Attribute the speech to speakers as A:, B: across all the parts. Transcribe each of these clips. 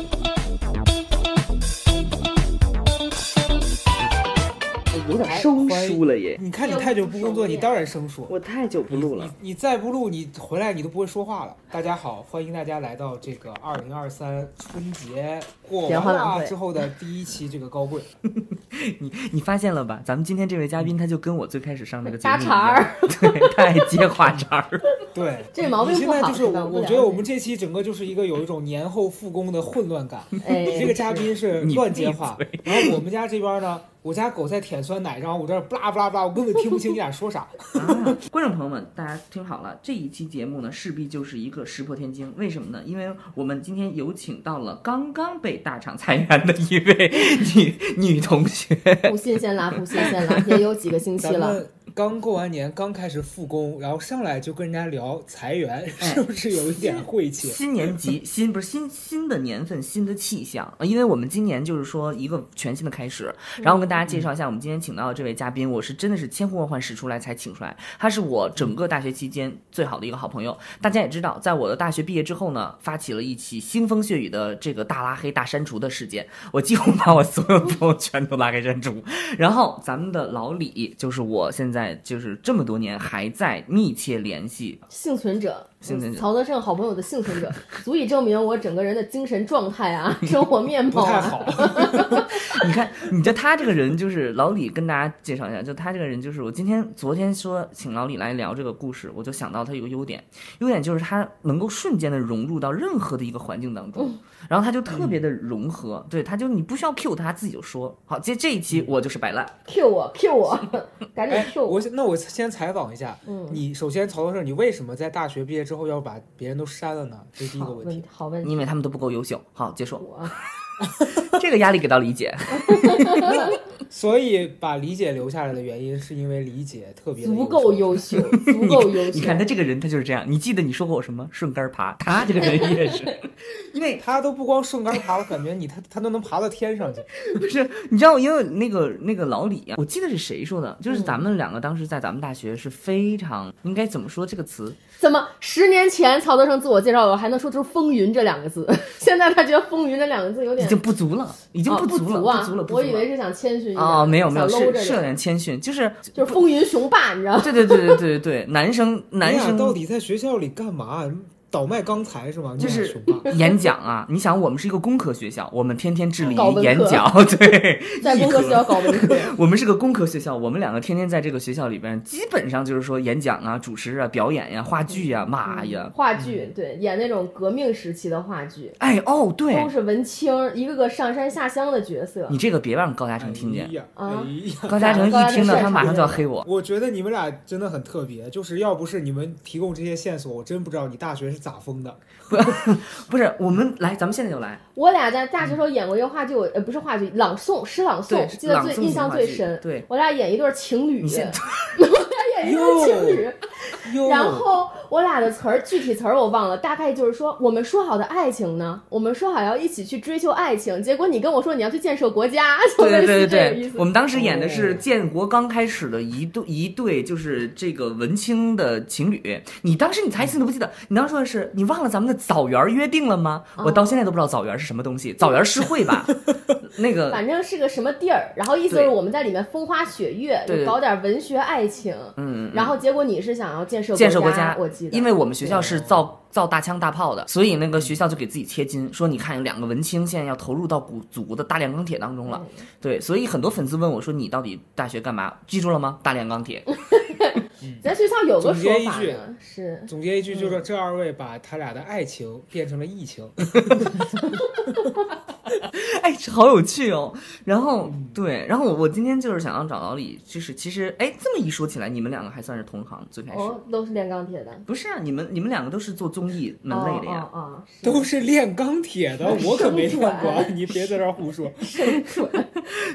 A: 哎有点生疏了耶！
B: 你看你太久不工作，你当然生疏。
A: 我太久不
C: 哎
A: 录了，
B: 你你再不录，你回来你都不会说话了。大家好，欢迎大家来到这个二零二三春节过
D: 联
B: 完
D: 欢晚
B: 了
D: 会
B: 之后的第一期这个高 贵。
C: 你你发现了吧？咱们今天这位嘉宾，他就跟我最开始上那个节目
D: 搭
C: 一
D: 茬儿
C: 样， 对，他爱 接话茬儿。
B: 对，
D: 这毛病
B: 你现在
D: 不好
B: 就是
D: 是吧
B: 我，
D: 不
B: 我
D: 了
B: 觉得
D: 解
B: 我们这期整个就是一个有一种年后复工的混乱感。
D: 哎，
B: 你这个嘉宾是
C: 你
B: 乱接话，然后我们家这边呢，我家狗在舔酸奶，然后我这儿不拉不拉不拉，我根本听不清你俩说啥。
C: 啊，观众朋友们，大家听好了，这一期节目呢，势必就是一个石破天惊。为什么呢？因为我们今天有请到了刚刚被大厂裁员的一位 女女同学。
D: 复信先拉，复信先拉，也有几个星期
B: 咱
D: 了。
B: 们刚过完年，刚开始复工，然后上来就跟人家聊裁员，
C: 哎
B: 是不是有一点 晦气？
C: 新年级，新不是新新的年份，新的气象。呃因为我们今年就是说一个全新的开始。然后跟大家介绍一下，我们今天请到的这位嘉宾，我是真的是千呼万唤始出来才请出来。他是我整个大学期间最好的一个好朋友。大家也知道，在我的大学毕业之后呢，发起了一起腥风血雨的这个大拉黑、大删除的事件。我几乎把我所有朋友圈都拉黑删除。然后咱们的老李，就是我现在就是这么多年还在密切联系。
D: 幸存者，
C: 幸存者
D: 曹德胜好朋友的幸存者，足以证明我整个人的精神状态啊，生活面
B: 不
D: 貌
B: 太
D: 啊。
B: 好，
C: 你看，你知道他这个人就是老李，跟大家介绍一下，就他这个人就是我今天昨天说请老李来聊这个故事，我就想到他有个优点，优点就是他能够瞬间的融入到任何的一个环境当
D: 嗯
C: 中，然后他就特别的融合，对，他就你不需要 Q 他，他自己就说。好，这这一期我就是摆烂，
D: Q 我，Q 我，赶紧
B: 哎，
D: Q
B: 我先那我先采访一下，
D: 嗯，
B: 你首先曹德胜，你为什么在大学毕业之后要把别人都删了呢？这是第一
D: 好
B: 个问
D: 问
B: 题。
D: 好问
C: 因为他们都不够优秀。好，结束，
D: 我，
C: 这个压力给到李姐，
B: 所以把李姐留下来的原因，是因为李姐特别的
D: 足够
B: 优秀。
D: 优秀，足够优秀。
C: 你看他这个人，他就是这样。你记得你说过我什么？顺杆儿爬，他这个人也 是，因为
B: 她都不光顺杆爬，我感觉你她她都能爬到天上去。
C: 不是，你知道，因为那个那个老李啊，我记得是谁说的，就是
D: 嗯
C: 咱们两个当时在咱们大学是非常应该怎么说这个词？
D: 怎么十年前曹德胜自我介绍我还能说出“风云”这两个字，现在他觉得“风云”这两个字有
C: 已
D: 点
C: 经不足了，已经
D: 啊
C: 足了，
D: 足
C: 不
D: 啊
C: 足了，不足
D: 我
C: 了。
D: 以为是想谦逊一点
C: 哦，没有没有，
D: 想
C: 是
D: 搂着
C: 是有
D: 点，
C: 点谦逊，就是
D: 就是哎风云雄霸，你知道吗？
C: 对对对对对对对，男 生男
B: 你俩
C: 生
B: 到底在学校里干嘛？倒卖钢材是吗？你
C: 就
B: 俩
C: 是
B: 熊 吧
C: 演讲啊，你想我们是一个工科学校，我们天天致力
D: 搞
C: 于
D: 文
C: 演
D: 科
C: 讲，对，
D: 在
C: 一
D: 工作需要搞文科，
C: 我们是个工科学校，我们两个天天在这个学校里边，基本上就是说演讲啊、主持啊、表演呀、话剧
D: 嗯
C: 呀、妈呀，
D: 话剧对，演那种革命时期的话剧，
C: 哎哦，对，嗯
D: 都是文青，一个个上山下乡的角色
C: 你。这个别让高嘉诚听见
B: 哎，呀，哎
D: 啊
B: 呀，
C: 高嘉诚一听到他马上就要黑我。
B: 我觉得你们俩真的很特别，就是要不是你们提供这些线索，我真不知道你大学是咋封的。
C: 不是，我们来，咱们现在就来。
D: 我俩在大学时候演过一个话剧，我呃不是话剧，朗诵诗朗诵
C: 对，，
D: 记得
C: 朗诵
D: 最
C: 型
D: 印象
C: 话
D: 最
C: 剧
D: 深。
C: 对，
D: 我俩演一对儿情
C: 你
D: 侣，我
C: 先
D: 俩演一对儿情侣，
B: 哟，
D: 然后我俩的词儿，具体词儿我忘了，大概就是说，我们说好的爱情呢，我们说好要一起去追求爱情，结果你跟我说你要去建设国家， 就 类
C: 对
D: 似
C: 对对
D: 这个意
C: 对
D: 思。，
C: 我们当时演的是建国刚开始的一对一对，就是这个文青的情侣。你当时你台词你都不记得，你当时说的是你忘了咱们的枣园约定了吗？我到现在都不知道枣园是什么东西，枣园诗会 吧？那个
D: 反正是个什么地儿，然后意思就是我们在里面风花雪月，
C: 对
D: 就搞点文学爱情。嗯，然后结果你是想要建设
C: 建设
D: 国
C: 国家，
D: 我记得，
C: 因为我们学校是造造大枪大炮的，所以那个学校就给自己贴金，说你看有两个文青现在要投入到古祖国的大炼钢铁当中了。对，所以很多粉丝问我说你到底大学干嘛？记住了 吗？大炼钢铁。
D: 咱学校有个
B: 总
D: 说
B: 结一
D: 法
B: 句
D: 呢，是
B: 总结一句
D: 嗯
B: 就是，这二位把他俩的爱情变成了疫情。
C: 哎，好有趣哦。然后
D: 嗯
C: 对，然后我我今天就是想要找老李，就是其实哎，这么一说起来，你们两个还算是同行，最开始。
D: 哦，都是炼钢铁的，
C: 不是啊，你们你们两个都是做综艺门类的呀，
D: 哦哦哦是
B: 都是炼钢铁的，我可没练过，你别在这儿胡 说。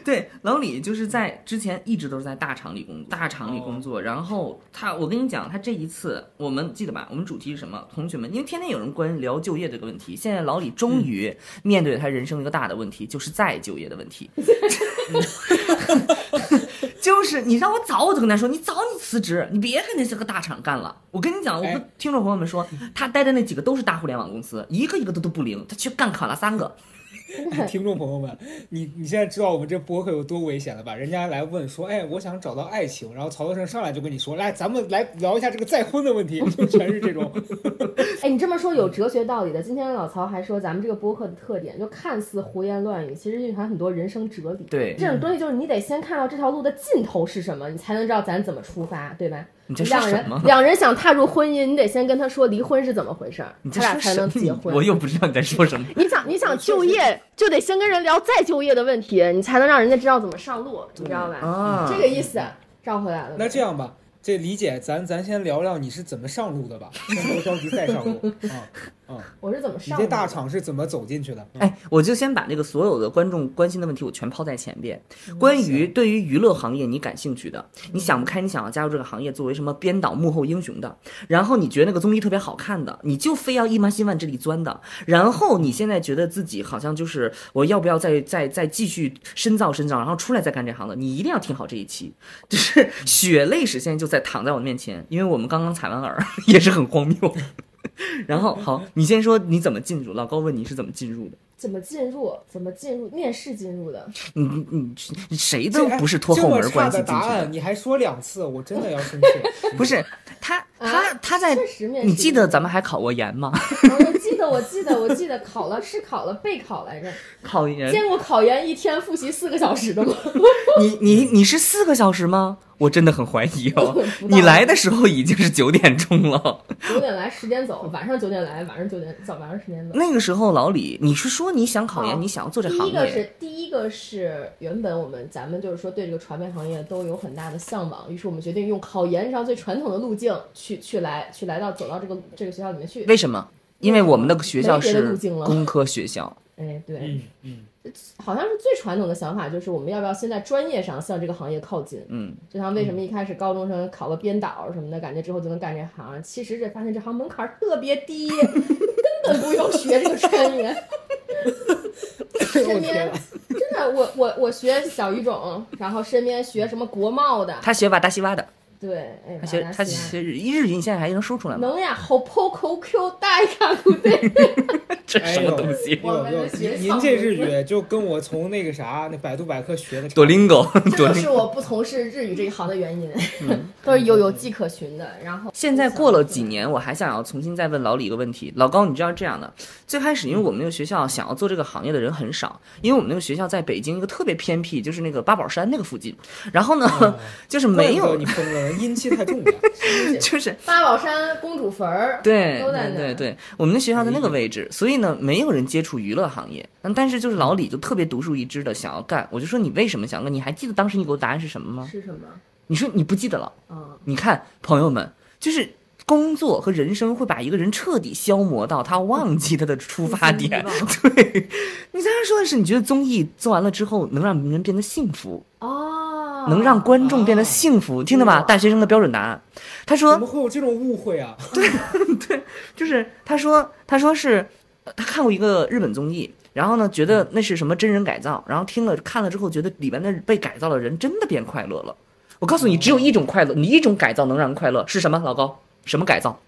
C: 对，老李就是在之前一直都是在大厂里工作，大厂里工作。然后他，我跟你讲，他这一次，我们记得吧？我们主题是什么？同学们，因为天天有人关聊就业这个问题，现在老李终于面对了他人生一个大的问题，就是再就业的问题。就是你让我早我就跟他说，你早你辞职，你别跟那些个大厂干了。我跟你讲，我
B: 哎
C: 跟听众朋友们说，他待的那几个都是大互联网公司，一个一个都都不灵，他去干垮了三个。
B: 听众朋友们，你你现在知道我们这播客有多危险了吧？人家来问说，哎，我想找到爱情，然后曹德胜上来就跟你说，来，咱们来聊一下这个再婚的问题，就全是这 种。
D: 哎，你这么说有哲学道理的。今天老曹还说咱们这个播客的特点，就看似胡言乱语，其实蕴含很多人生哲理。
C: 对
D: 这种东西就是你得先看到这条路的尽头是什么，你才能知道咱怎么出发，对吧？
C: 你在说
D: 两
C: 什
D: 人
C: 么？
D: 两人想踏入婚姻，你得先跟他说离婚是怎么回事儿，
C: 你
D: 他
C: 在
D: 俩
C: 说
D: 才
C: 什么
D: 能？结婚。
C: 我又不知道你在说什么。
D: 你想你想就业，就得先跟人聊再就业的问题，你才能让人家知道怎么上路，你知道吧？
C: 啊
D: 这个意思，绕回来了。
B: 那这样吧，这李姐，咱咱先聊聊你是怎么上路的吧，先不着急再上 路啊。
D: 我是怎么
B: 你
D: 上路
B: 这
D: 的？
B: 大厂是怎么走进去的？嗯
C: 哎，我就先把这个所有的观众关心的问题，我全抛在前边。关于对于娱乐行业你感兴趣的，你想不开，你想要加入这个行业，作为什么编导、幕后英雄的，然后你觉得那个综艺特别好看的，你就非要一马心往这里钻的，然后你现在觉得自己好像就是我要不要再再再继续深造深造，然后出来再干这行的，你一定要听好这一期，就是血泪史现在就在躺在我面前，因为我们刚刚采完耳， 也是很荒谬。然后好，你先说你怎么进入？老高问你是怎么进入的？
D: 怎么进入？怎么进入？面试进入的。
C: 你你你嗯谁
B: 这
C: 都不是托后
B: 哎这
C: 门
B: 么差
C: 关系
B: 的
C: 进去
B: 答案，嗯
C: 的，
B: 你还说两次，我真的要生气。
C: 不是他他他在
D: 啊嗯确实面试
C: 你记得咱们还考过研吗？
D: 哦我记得，我记得，我记得考了是考了备考 来着，
C: 考研，
D: 见过考研一天复习四个小时的吗？
C: 你你你是四个小时吗？我真的很怀疑哦
D: 不，到
C: 你来的时候已经是九点钟了。
D: 九点来，十点走，晚上九点来，晚上九点早，晚上十点走。
C: 那个时候老李，你是说你想考研，
D: 哦
C: 你想要做嗯这
D: 第
C: 行
D: 一个
C: 业？
D: 是第一个是原本我们咱们就是说对这个传媒行业都有很大的向往，于是我们决定用考研这条最传统的路径去去来去来到走到这个这个学校里面去。
C: 为什么？因为我们那个学校
D: 没别的
C: 是
D: 路径了
C: 工科学校，
D: 哎，对，
B: 嗯嗯，
D: 好像是最传统的想法就是我们要不要先在专业上向这个行业靠近？
C: 嗯，
D: 就像为什么一开始高中生考个编导什么的，感觉之后就能干这行，其实这发现这行门槛儿特别低， 根本不用学这个专业。
B: 我天啊
D: 身边
B: 哪，
D: 真的，我我我学小语种，然后身边学什么国贸的，
C: 他学瓦达西瓦的，
D: 对，哎，
C: 他学
D: 马达
C: 他
D: 西亚
C: 学日日语，你现在还能说出来吗？
D: 能呀，好 poco q 大一卡古对，
C: 这
B: 哎
C: 什么
B: 呦
C: 东西
D: 我
B: 哟
D: 们
B: 哟
D: 的，学
B: 您
D: 校
B: 您这日语就跟我从那个啥那百度百科学的差 不多。
C: ？Duolingo，
D: 这就
C: Duolingo
D: 是我不从事日语这一行的原因，
C: 嗯
D: 都是有有迹可循的。然后
C: 现在过了几年，我还想要重新再问老李一个问题。老高，你知道这样的，最开始因为我们那个学校想要做这个行业的人很少，因为我们那个学校在北京一个特别偏僻，就是那个八宝山那个附近。然后呢，就是 没
B: 嗯怪
C: 有
B: 不得
C: 嗯
B: 你，疯了，阴气太重 了。
C: 就是
D: 八宝山公主坟儿，
C: 对
D: 都在那
C: 对
D: 儿
C: 对，我们的学校在
B: 嗯
C: 那个位置，所以呢，没有人接触娱乐行业。但但是就是老李就特别独树一帜的想要干，我就说你为什么想干？你还记得当时你给我答案是什么吗？
D: 是什么？
C: 你说你不记得了。
D: 嗯，
C: 你看，朋友们，就是工作和人生会把一个人彻底消磨到他忘记他的出发点。对，你刚才说的是，你觉得综艺做完了之后能让人变得幸福，
D: 哦，
C: 能让观众变得幸福，听到吧？大学生的标准答案。他
B: 怎么
C: 说，
B: 会有这种误会啊？
C: 就是他说，他说是，呃他看过一个日本综艺。然后呢，觉得那是什么真人改造，然后听了看了之后，觉得里面的被改造的人真的变快乐了。我告诉你，只有一种快乐，你一种改造能让人快乐是什么？老高，什么改造？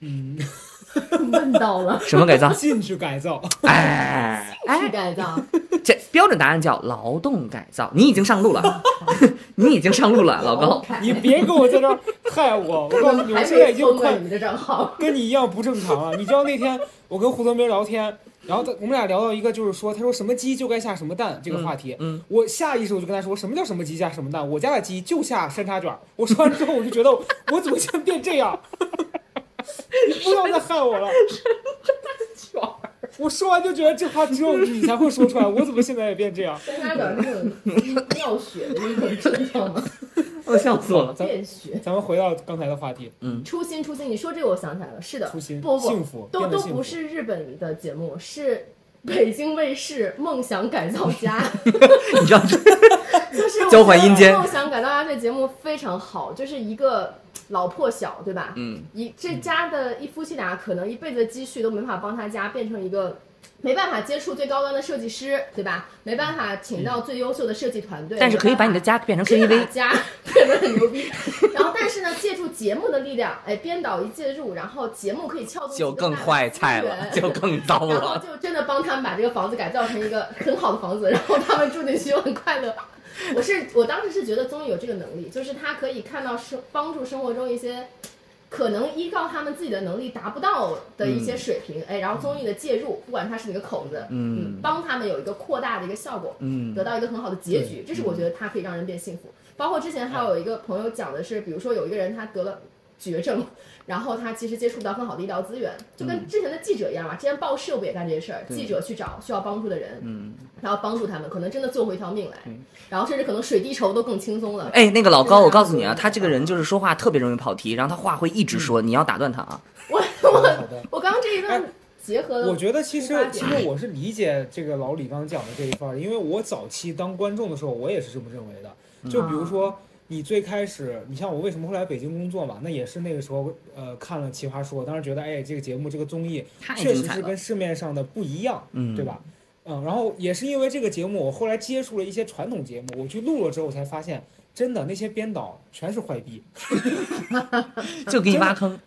B: 嗯，
D: 问到了，
C: 什么改造？
B: 进去改造，
C: 哎
D: 去
C: 哎，
D: 改造。
C: 这标准答案叫劳动改造。你已经上路了， 你已经上路了，老 高。
B: 你别跟我在这儿害 我！我告诉你，我
D: 还
B: 现在
D: 没
B: 已经
D: 封过
B: 快
D: 你们的账 号，
B: 跟你一样不正常啊！你知道那天我跟胡泽明聊天，然后他我们俩聊到一个就是说，他说什么鸡就该下什么蛋这个话题，
C: 嗯嗯
B: 我下意识我就跟他说，什么叫什么鸡下什么蛋？我家的鸡就下山茶卷儿。我说完之后，我就觉得我怎么现在变这样？你不要再害我了！我说完就觉得这话只有你才会说出来，我怎么现在也变这样？
D: 山楂卷是种 尿血的一种症状 吗？
C: 我笑死我了。
B: 咱
D: 便血。
B: 咱们回到刚才的话 题，
D: 初心，初心，你说这个我想起来了，是的，
B: 初心
D: 不不
B: 幸福
D: 都
B: 变得
D: 都
B: 幸福
D: 不是日本的节目，是北京卫视《梦想改造家》。
C: 你知道这
D: 就是我
C: 交换阴间
D: 觉得梦想改造家这节目非常好，就是一个老破小，对吧？
C: 嗯，
D: 一这家的一夫妻俩可能一辈子的积蓄都没法帮他家变成一个没办法接触最高端的设计师，对吧？没办法请到最优秀的设计团队，
C: 嗯但是可以把你
D: 的。
C: 的家变成
D: 这个
C: KTV
D: 打。 架变得很牛逼。然后，但是呢，借助节目的力量，哎，编导一介入，然后节目可以撬 动
C: 就更坏菜了，
D: 几
C: 就
D: 个大的资源
C: 更糟
D: 然后
C: 了。
D: 就真的帮他们把这个房子改造成一个很好的房子，然后他们住进去又很快乐。我是我当时是觉得综艺有这个能力，就是他可以看到生帮助生活中一些可能依靠他们自己的能力达不到的一些水平，哎，然后综艺的介入，不管它是哪个口子，
C: 嗯
D: 帮他们有一个扩大的一个效果，
C: 嗯
D: 得到一个很好的结局，这是我觉得它可以让人变幸福。包括之前还有一个朋友讲的是，比如说有一个人他得了绝症，然后他其实接触不到很好的医疗资源，
B: 嗯
D: 就跟之前的记者一样嘛。之前报社不也干这些事儿？记者去找需要帮助的人，
C: 嗯，
D: 然后帮助他们，可能真的救回一条命来，然后甚至可能水滴筹都更轻松了。
C: 哎，那个老高，
D: 真的
C: 我告诉你啊，
D: 是
C: 他这个人就是说话特别容易跑题，然后他话会一直说，你要打断他啊。
D: 我
B: 好的
D: 我
B: 好的。
D: 我刚刚这一段结
C: 呃
D: 合了，
B: 我觉得其实
D: 出发点
B: 其实我是理解这个老李刚讲的这一块儿的，因为我早期当观众的时候，我也是这么认为的。就比如说你最开始，你像我为什么会来北京工作嘛，那也是那个时候呃看了《奇葩说》，当时觉得哎这个节目这个综艺
C: 太
B: 确
C: 精
B: 实
C: 彩
B: 是
C: 了
B: 跟，市面上的不一样，
C: 嗯，
B: 对？吧？嗯，然后也是因为这个节目，我后来接触了一些传统节目，我去录了之后，我才发现真的那些编导全是坏逼。
C: 就给你挖坑，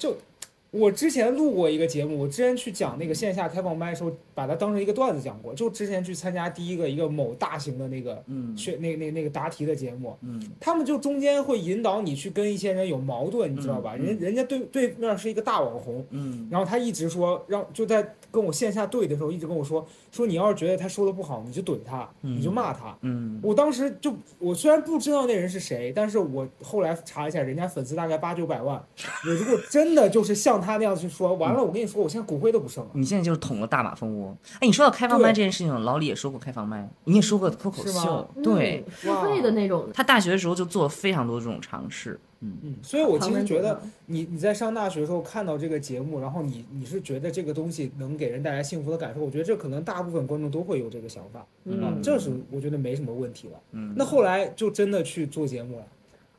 B: 我之前录过一个节目，我之前去讲那个线下开放麦的时候，把它当成一个段子讲过。就之前去参加第一个一个某大型的那个
C: 嗯
B: 学那那那那个答题的节目，
C: 嗯
B: 他们就中间会引导你去跟一些人有矛盾，你知道吧？
C: 嗯
B: 人人家对对面是一个大网红，
C: 嗯
B: 然后他一直说让就在跟我线下对的时候，一直跟我说说你要是觉得他说的不好，你就怼他，
C: 嗯
B: 你就骂他。
C: 嗯，
B: 我当时就，我虽然不知道那人是谁，但是我后来查一下，人家粉丝大概八九百万。我如果真的就是像他那样去说，完了，我跟你说，我现在骨灰都不剩了。
C: 你现在就是捅了大马蜂窝。哎，你说到开放麦这件事情，老李也说过开放麦，你也说过脱口
B: 是
C: 秀
B: 吗，
C: 对
D: 嗯，付费的那种，
C: 他大学的时候就做了非常多这种尝试。
B: 嗯，所以我其
D: 旁
B: 实
D: 人
B: 觉
D: 怎么
B: 得你你在上大学的时候看到这个节目，然后你你是觉得这个东西能给人带来幸福的感受，我觉得这可能大部分观众都会有这个想法，啊
D: 嗯，
B: 这是我觉得没什么问题了。
C: 嗯，
B: 那后来就真的去做节目了，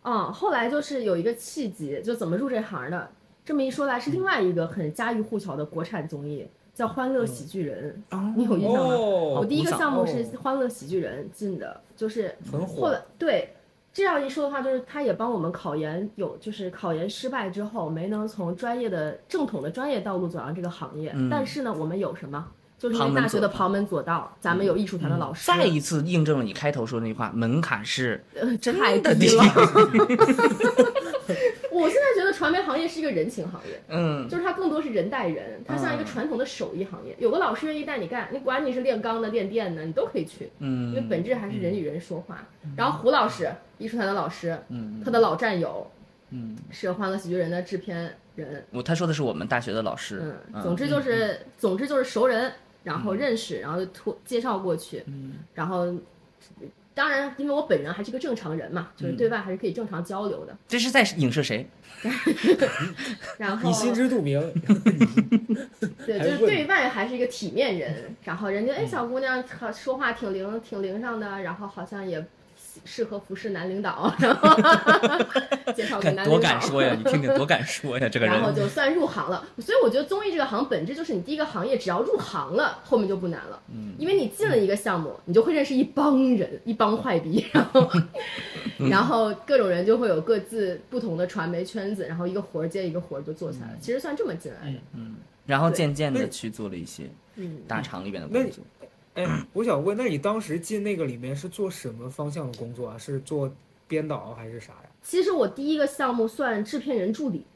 D: 嗯，后来就是有一个契机，就怎么入这行的。这么一说来，是另外一个很家喻户晓的国产综艺，叫《欢乐喜剧人》，你有印象吗？
C: 嗯
B: 哦，
D: 我第一
C: 鼓
D: 个
C: 掌
D: 项目是
B: 哦
D: 《欢乐喜剧人》进的，就是
B: 很
D: 后
B: 火
D: 来，对这样一说的话，就是他也帮我们考研有，就是考研失败之后没能从专业的正统的专业道路走上这个行业，
C: 嗯
D: 但是呢，我们有什么？就是因
C: 旁
D: 为
C: 门
D: 大学的
C: 左道嗯
D: 旁门左道，咱们有艺术团的老师，
C: 再一次印证了你开头说的那句话，门槛是
D: 呃太
C: 的
D: 低
C: 低
D: 了。 我现在觉得传媒行业是一个人情行业，
C: 嗯
D: 就是它更多是人带人，它像一个传统的手艺行业，有个老师愿意带你干，你管你是炼钢的、炼电的，你都可以去，因为
C: 嗯
D: 本质还是人与人说话。然后胡老师，艺术团的老师，
C: 嗯
D: 他的老战友
C: 嗯，
D: 是《欢乐喜剧人》的制片人，
C: 我他说的是我们大学的老师
D: 嗯，，总之就是，总之就是熟人，然后认识，然后就托介绍过去，然后。当然，因为我本人还是个正常人嘛，就是对外还是可以正常交流的。
C: 这是在影射谁？
D: 然后
B: 你心知肚明，
D: 对，
B: 还
D: 就是
B: 问
D: 对外还是一个体面
C: 嗯
D: 人，然后人家哎，小姑娘好说话挺灵，挺灵上的，然后好像也适合服侍男领导，然 后介绍给
C: 敢
D: 男
C: 多
D: 领
C: 敢说
D: 导。
C: 呀！你听 听多敢说呀！这个
D: 然后
C: 人，
D: 就算入行了，所以我觉得综艺这个行本质就是你第一个行业，只要入行了，后面就不难了。
C: 嗯
D: 因为你进了一个项目，你就会认识一帮人，一帮坏逼，然后，
C: 嗯
D: 然后各种人就会有各自不同的传媒圈子，然后一个活儿接一个活儿就做起
C: 嗯
D: 来了。其实算这么进来的，
C: 然后
D: 对
C: 渐渐的
B: 那
C: 去做了一些
D: 嗯。
C: 大厂里边的
B: 那
C: 工作。
B: 哎，我想问，那你当时进那个里面是做什么方向的工作啊？是做编导还是啥呀？
D: 其实我第一个项目算制片人助理，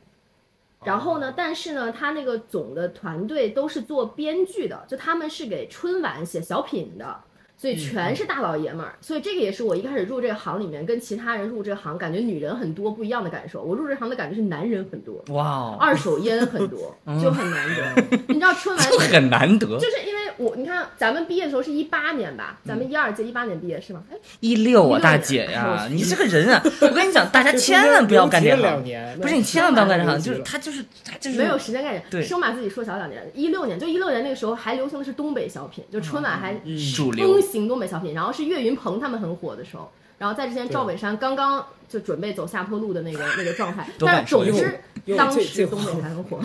D: 然后呢，但是呢，他那个总的团队都是做编剧的，就他们是给春晚写小品的，所以全是大老爷们儿。所以这个也是我一开始入这个行里面跟其他人入这个行感觉女人很多不一样的感受。我入这行的感觉是男人很多，
C: 哇哦，
D: 二手烟很多，就很难得。你知道春晚
C: 就很难得
D: 就。是因为我，你看咱们毕业的时候是一八年吧，咱们一二届一八年毕业是吗？哎，
C: 一六啊，
D: 16
C: 大姐呀，你这个人啊，我跟你讲，大家
B: 这
C: 千
B: 中
C: 万
B: 间
C: 不要
B: 留
C: 干
B: 级
C: 这
B: 了两
C: 行。
B: 年，
C: 不是你千万不要干这
B: 那
C: 行，
B: 留级
C: 就是
B: 了
C: 他就是他就是
D: 没有时间概念，
C: 对
D: 生把自己说小两年。一六年就一六年那个时候还流行
C: 嗯
D: 的是东北小品，就春晚还
C: 主流
B: 嗯
D: 风行东北小品，然后是岳云鹏他们很火的时候，然后在之前
B: 对
D: 赵本山刚刚就准备走下坡路的那个那个状态，
C: 都
D: 但
C: 敢
D: 是总
C: 说
D: 之
B: 哟
D: 当
B: 这
D: 时
B: 这
D: 东北还很火，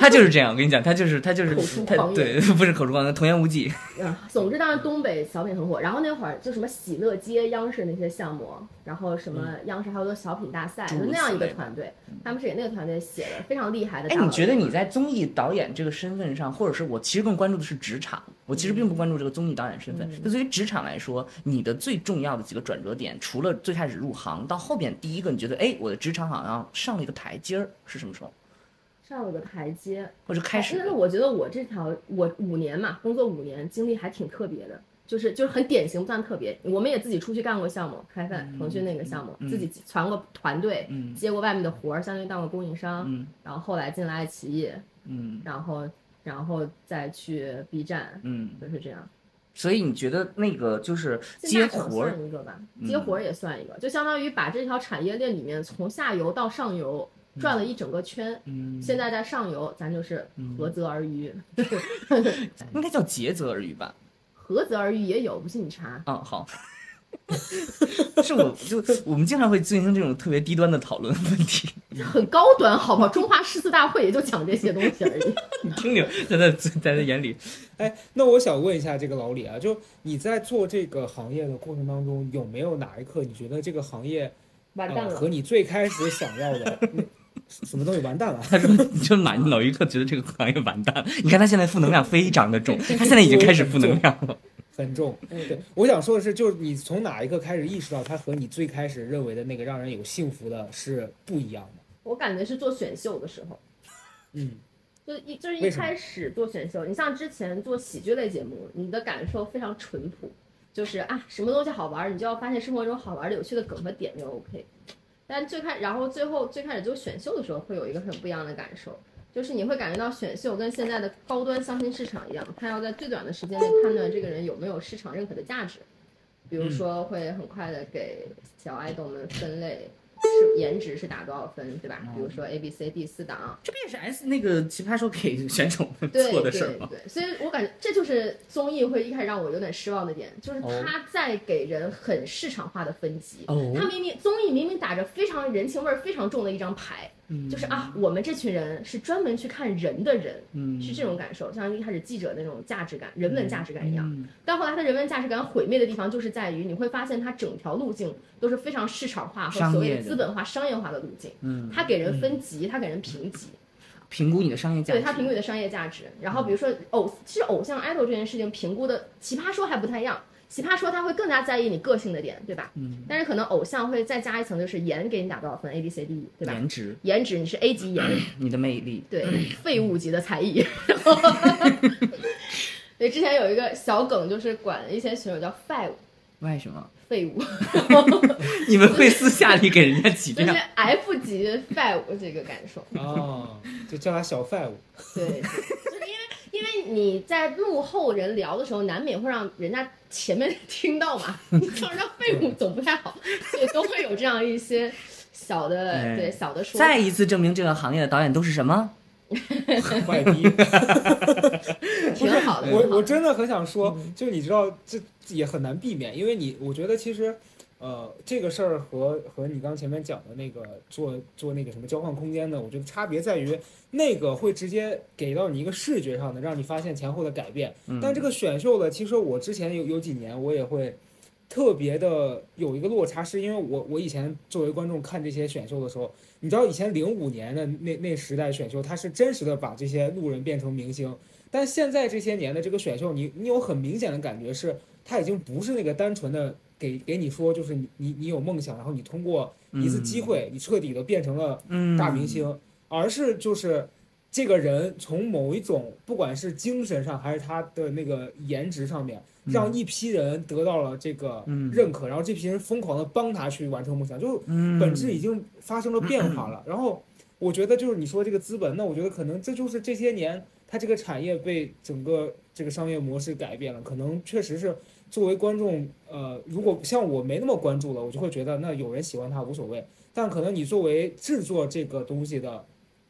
C: 他就是这样，我跟你讲，他就是他就是
D: 口出
C: 他
D: 狂言
C: 对，不是口出狂言，童言无忌。
D: 嗯，总之当时东北小品很火，然后那会儿就什么喜乐街、央视那些项目，然后什么央视还有个小品大赛，
C: 嗯诸如
D: 就那样一
C: 此
D: 个
C: 类的嗯
D: 团队，他们是给那个团队写的非常厉害的
C: 哎
D: 大，佬。
C: 你觉得你在综艺导演这个身份上，或者是我其实更关注的是职场，我其实并不关注这个综艺导演身
D: 嗯
C: 份。就对于职场来说，你的最重要的几个转折点，除了最开始入行到后边第一个，你觉得哎，我的职场好像上了一个台阶儿，是什么时候？
D: 上了个台阶，
C: 或者开
D: 哎但
C: 始
D: 是？我觉得我这条我五年嘛，工作五年，经历还挺特别的，就是就是很典型，不算特别。我们也自己出去干过项目，开饭腾讯那个项目，自己传过团队，
C: 嗯
D: 接过外面的活儿，相当于当过供应商，
C: 嗯
D: 然后后来进了爱奇艺，
C: 嗯
D: 然后然后再去 B 站，
C: 嗯，
D: 就是这样。
C: 所以你觉得那个就是
D: 进
C: 接
D: 大厂
C: 活儿嗯
D: 算一个吧，接活儿也算一个，就相当于把这条产业链里面从下游到上游转了一整个圈。
C: 嗯
D: 现在在上游，咱就是合则而渔。
C: 应该叫竭泽而渔吧？
D: 合则而渔也有，不信你查。
C: 嗯，好。 是我就我们经常会进行这种特别低端的讨论问题，
D: 很高端，好不 好？中华诗词大会也就讲这些东西而已。
C: 听听在在在他眼里，
B: 哎，那我想问一下这个老李啊，就你在做这个行业的过程当中，有没有哪一刻你觉得这个行业
D: 完蛋
B: 呃
D: 了
B: 和，你最开始想要的那什么东西完蛋了？
C: 他说你就哪哪一刻觉得这个行业完蛋了？你看他现在负能量非常的重，他现在已经开始负能量了。
B: 很重。
D: 嗯
B: 对，我想说的是，就是你从哪一个开始意识到它和你最开始认为的那个让人有幸福的是不一样的？
D: 我感觉是做选秀的时候，
B: 嗯，
D: 就一就是一
B: 为什么
D: 开始做选秀，你像之前做喜剧类节目，你的感受非常淳朴，就是啊什么东西好玩儿，你就要发现生活中好玩儿的、有趣的梗和点就 OK。但最开，然后最后最开始做选秀的时候，会有一个很不一样的感受，就是你会感觉到选秀跟现在的高端相亲市场一样，它要在最短的时间内判断这个人有没有市场认可的价值。
B: 嗯
D: 比如说，会很快的给小爱豆们分类，是颜值是打多少分，对吧？比
B: 哦
D: 如说 A、B、C、D 四档，
C: 这不也是 S 那个奇葩说给选手们
D: 对
C: 做的事儿
D: 对
C: 吗？
D: 对，所以我感觉这就是综艺会一开始让我有点失望的点，就是他在给人很市场化的分级。
C: 哦
D: 他明明综艺明明打着非常人情味儿非常重的一张牌，
C: 嗯
D: 就是啊，我们这群人是专门去看人的人，
C: 嗯
D: 是这种感受，像一开始记者那种价值感、人文价值感一样。
C: 嗯
D: 但后来他的人文价值感毁灭的地方，就是在于你会发现他整条路径都是非常市场化和
C: 商
D: 所
C: 业
D: 谓
C: 的
D: 的资本化、商业化的路径。
C: 嗯，
D: 他给人分级，他给人评级。
C: 评估你的商业价值，嗯
D: 对他评估你的商业价值。然后比如说偶，其实偶像 idol 这件事情评估的，奇葩说还不太一样。奇葩说他会更加在意你个性的点，对吧？嗯。但是可能偶像会再加一层，就是颜给你打多少分，A B C D，对吧？
C: 颜值、
D: 颜值你是 A 级颜，
C: 你的魅力，
D: 对，废物级的才艺。对，之前有一个小梗，就是管一些选手叫 five
C: 为什么？
D: 废物，
C: 你们会私下里给人家起这
D: 就是
C: 样？
D: F 级 five 这个感受。
B: 哦，就叫他小 five。
D: 对，对 就是因为因为你在幕后人聊的时候，难免会让人家前面听到嘛，你让人家废物总不太好，所以都会有这样一些小
C: 哎
D: 的对小的说法。
C: 再一次证明这个行业的导演都是什么？
B: 坏逼，
D: 挺好的，
B: 我
D: 挺好
B: 我
D: 的
B: 真的很想说，就你知道，这也很难避免，因为你，我觉得其实，呃，这个事儿和和你刚前面讲的那个做做那个什么交换空间的，我觉得差别在于，那个会直接给到你一个视觉上的，让你发现前后的改变。但这个选秀的，其实我之前有有几年我也会。特别的有一个落差，是因为我我以前作为观众看这些选秀的时候，你知道以前零五年的那那时代选秀，它是真实的把这些路人变成明星，但现在这些年的这个选秀，你你有很明显的感觉是，它已经不是那个单纯的给给你说，就是你你你有梦想，然后你通过一次机会，你彻底的变成了
C: 嗯
B: 大明星，而是就是这个人从某一种不管是精神上还是他的那个颜值上面，让一批人得到了这个
C: 嗯
B: 认可，然后这批人疯狂的帮他去完成梦想，就是
C: 嗯
B: 本质已经发生了变化 了。然后我觉得就是你说这个资本，那我觉得可能这就是这些年它这个产业被整个这个商业模式改变了，可能确实是。作为观众，呃，如果像我没那么关注了，我就会觉得那有人喜欢他无所谓。但可能你作为制作这个东西的，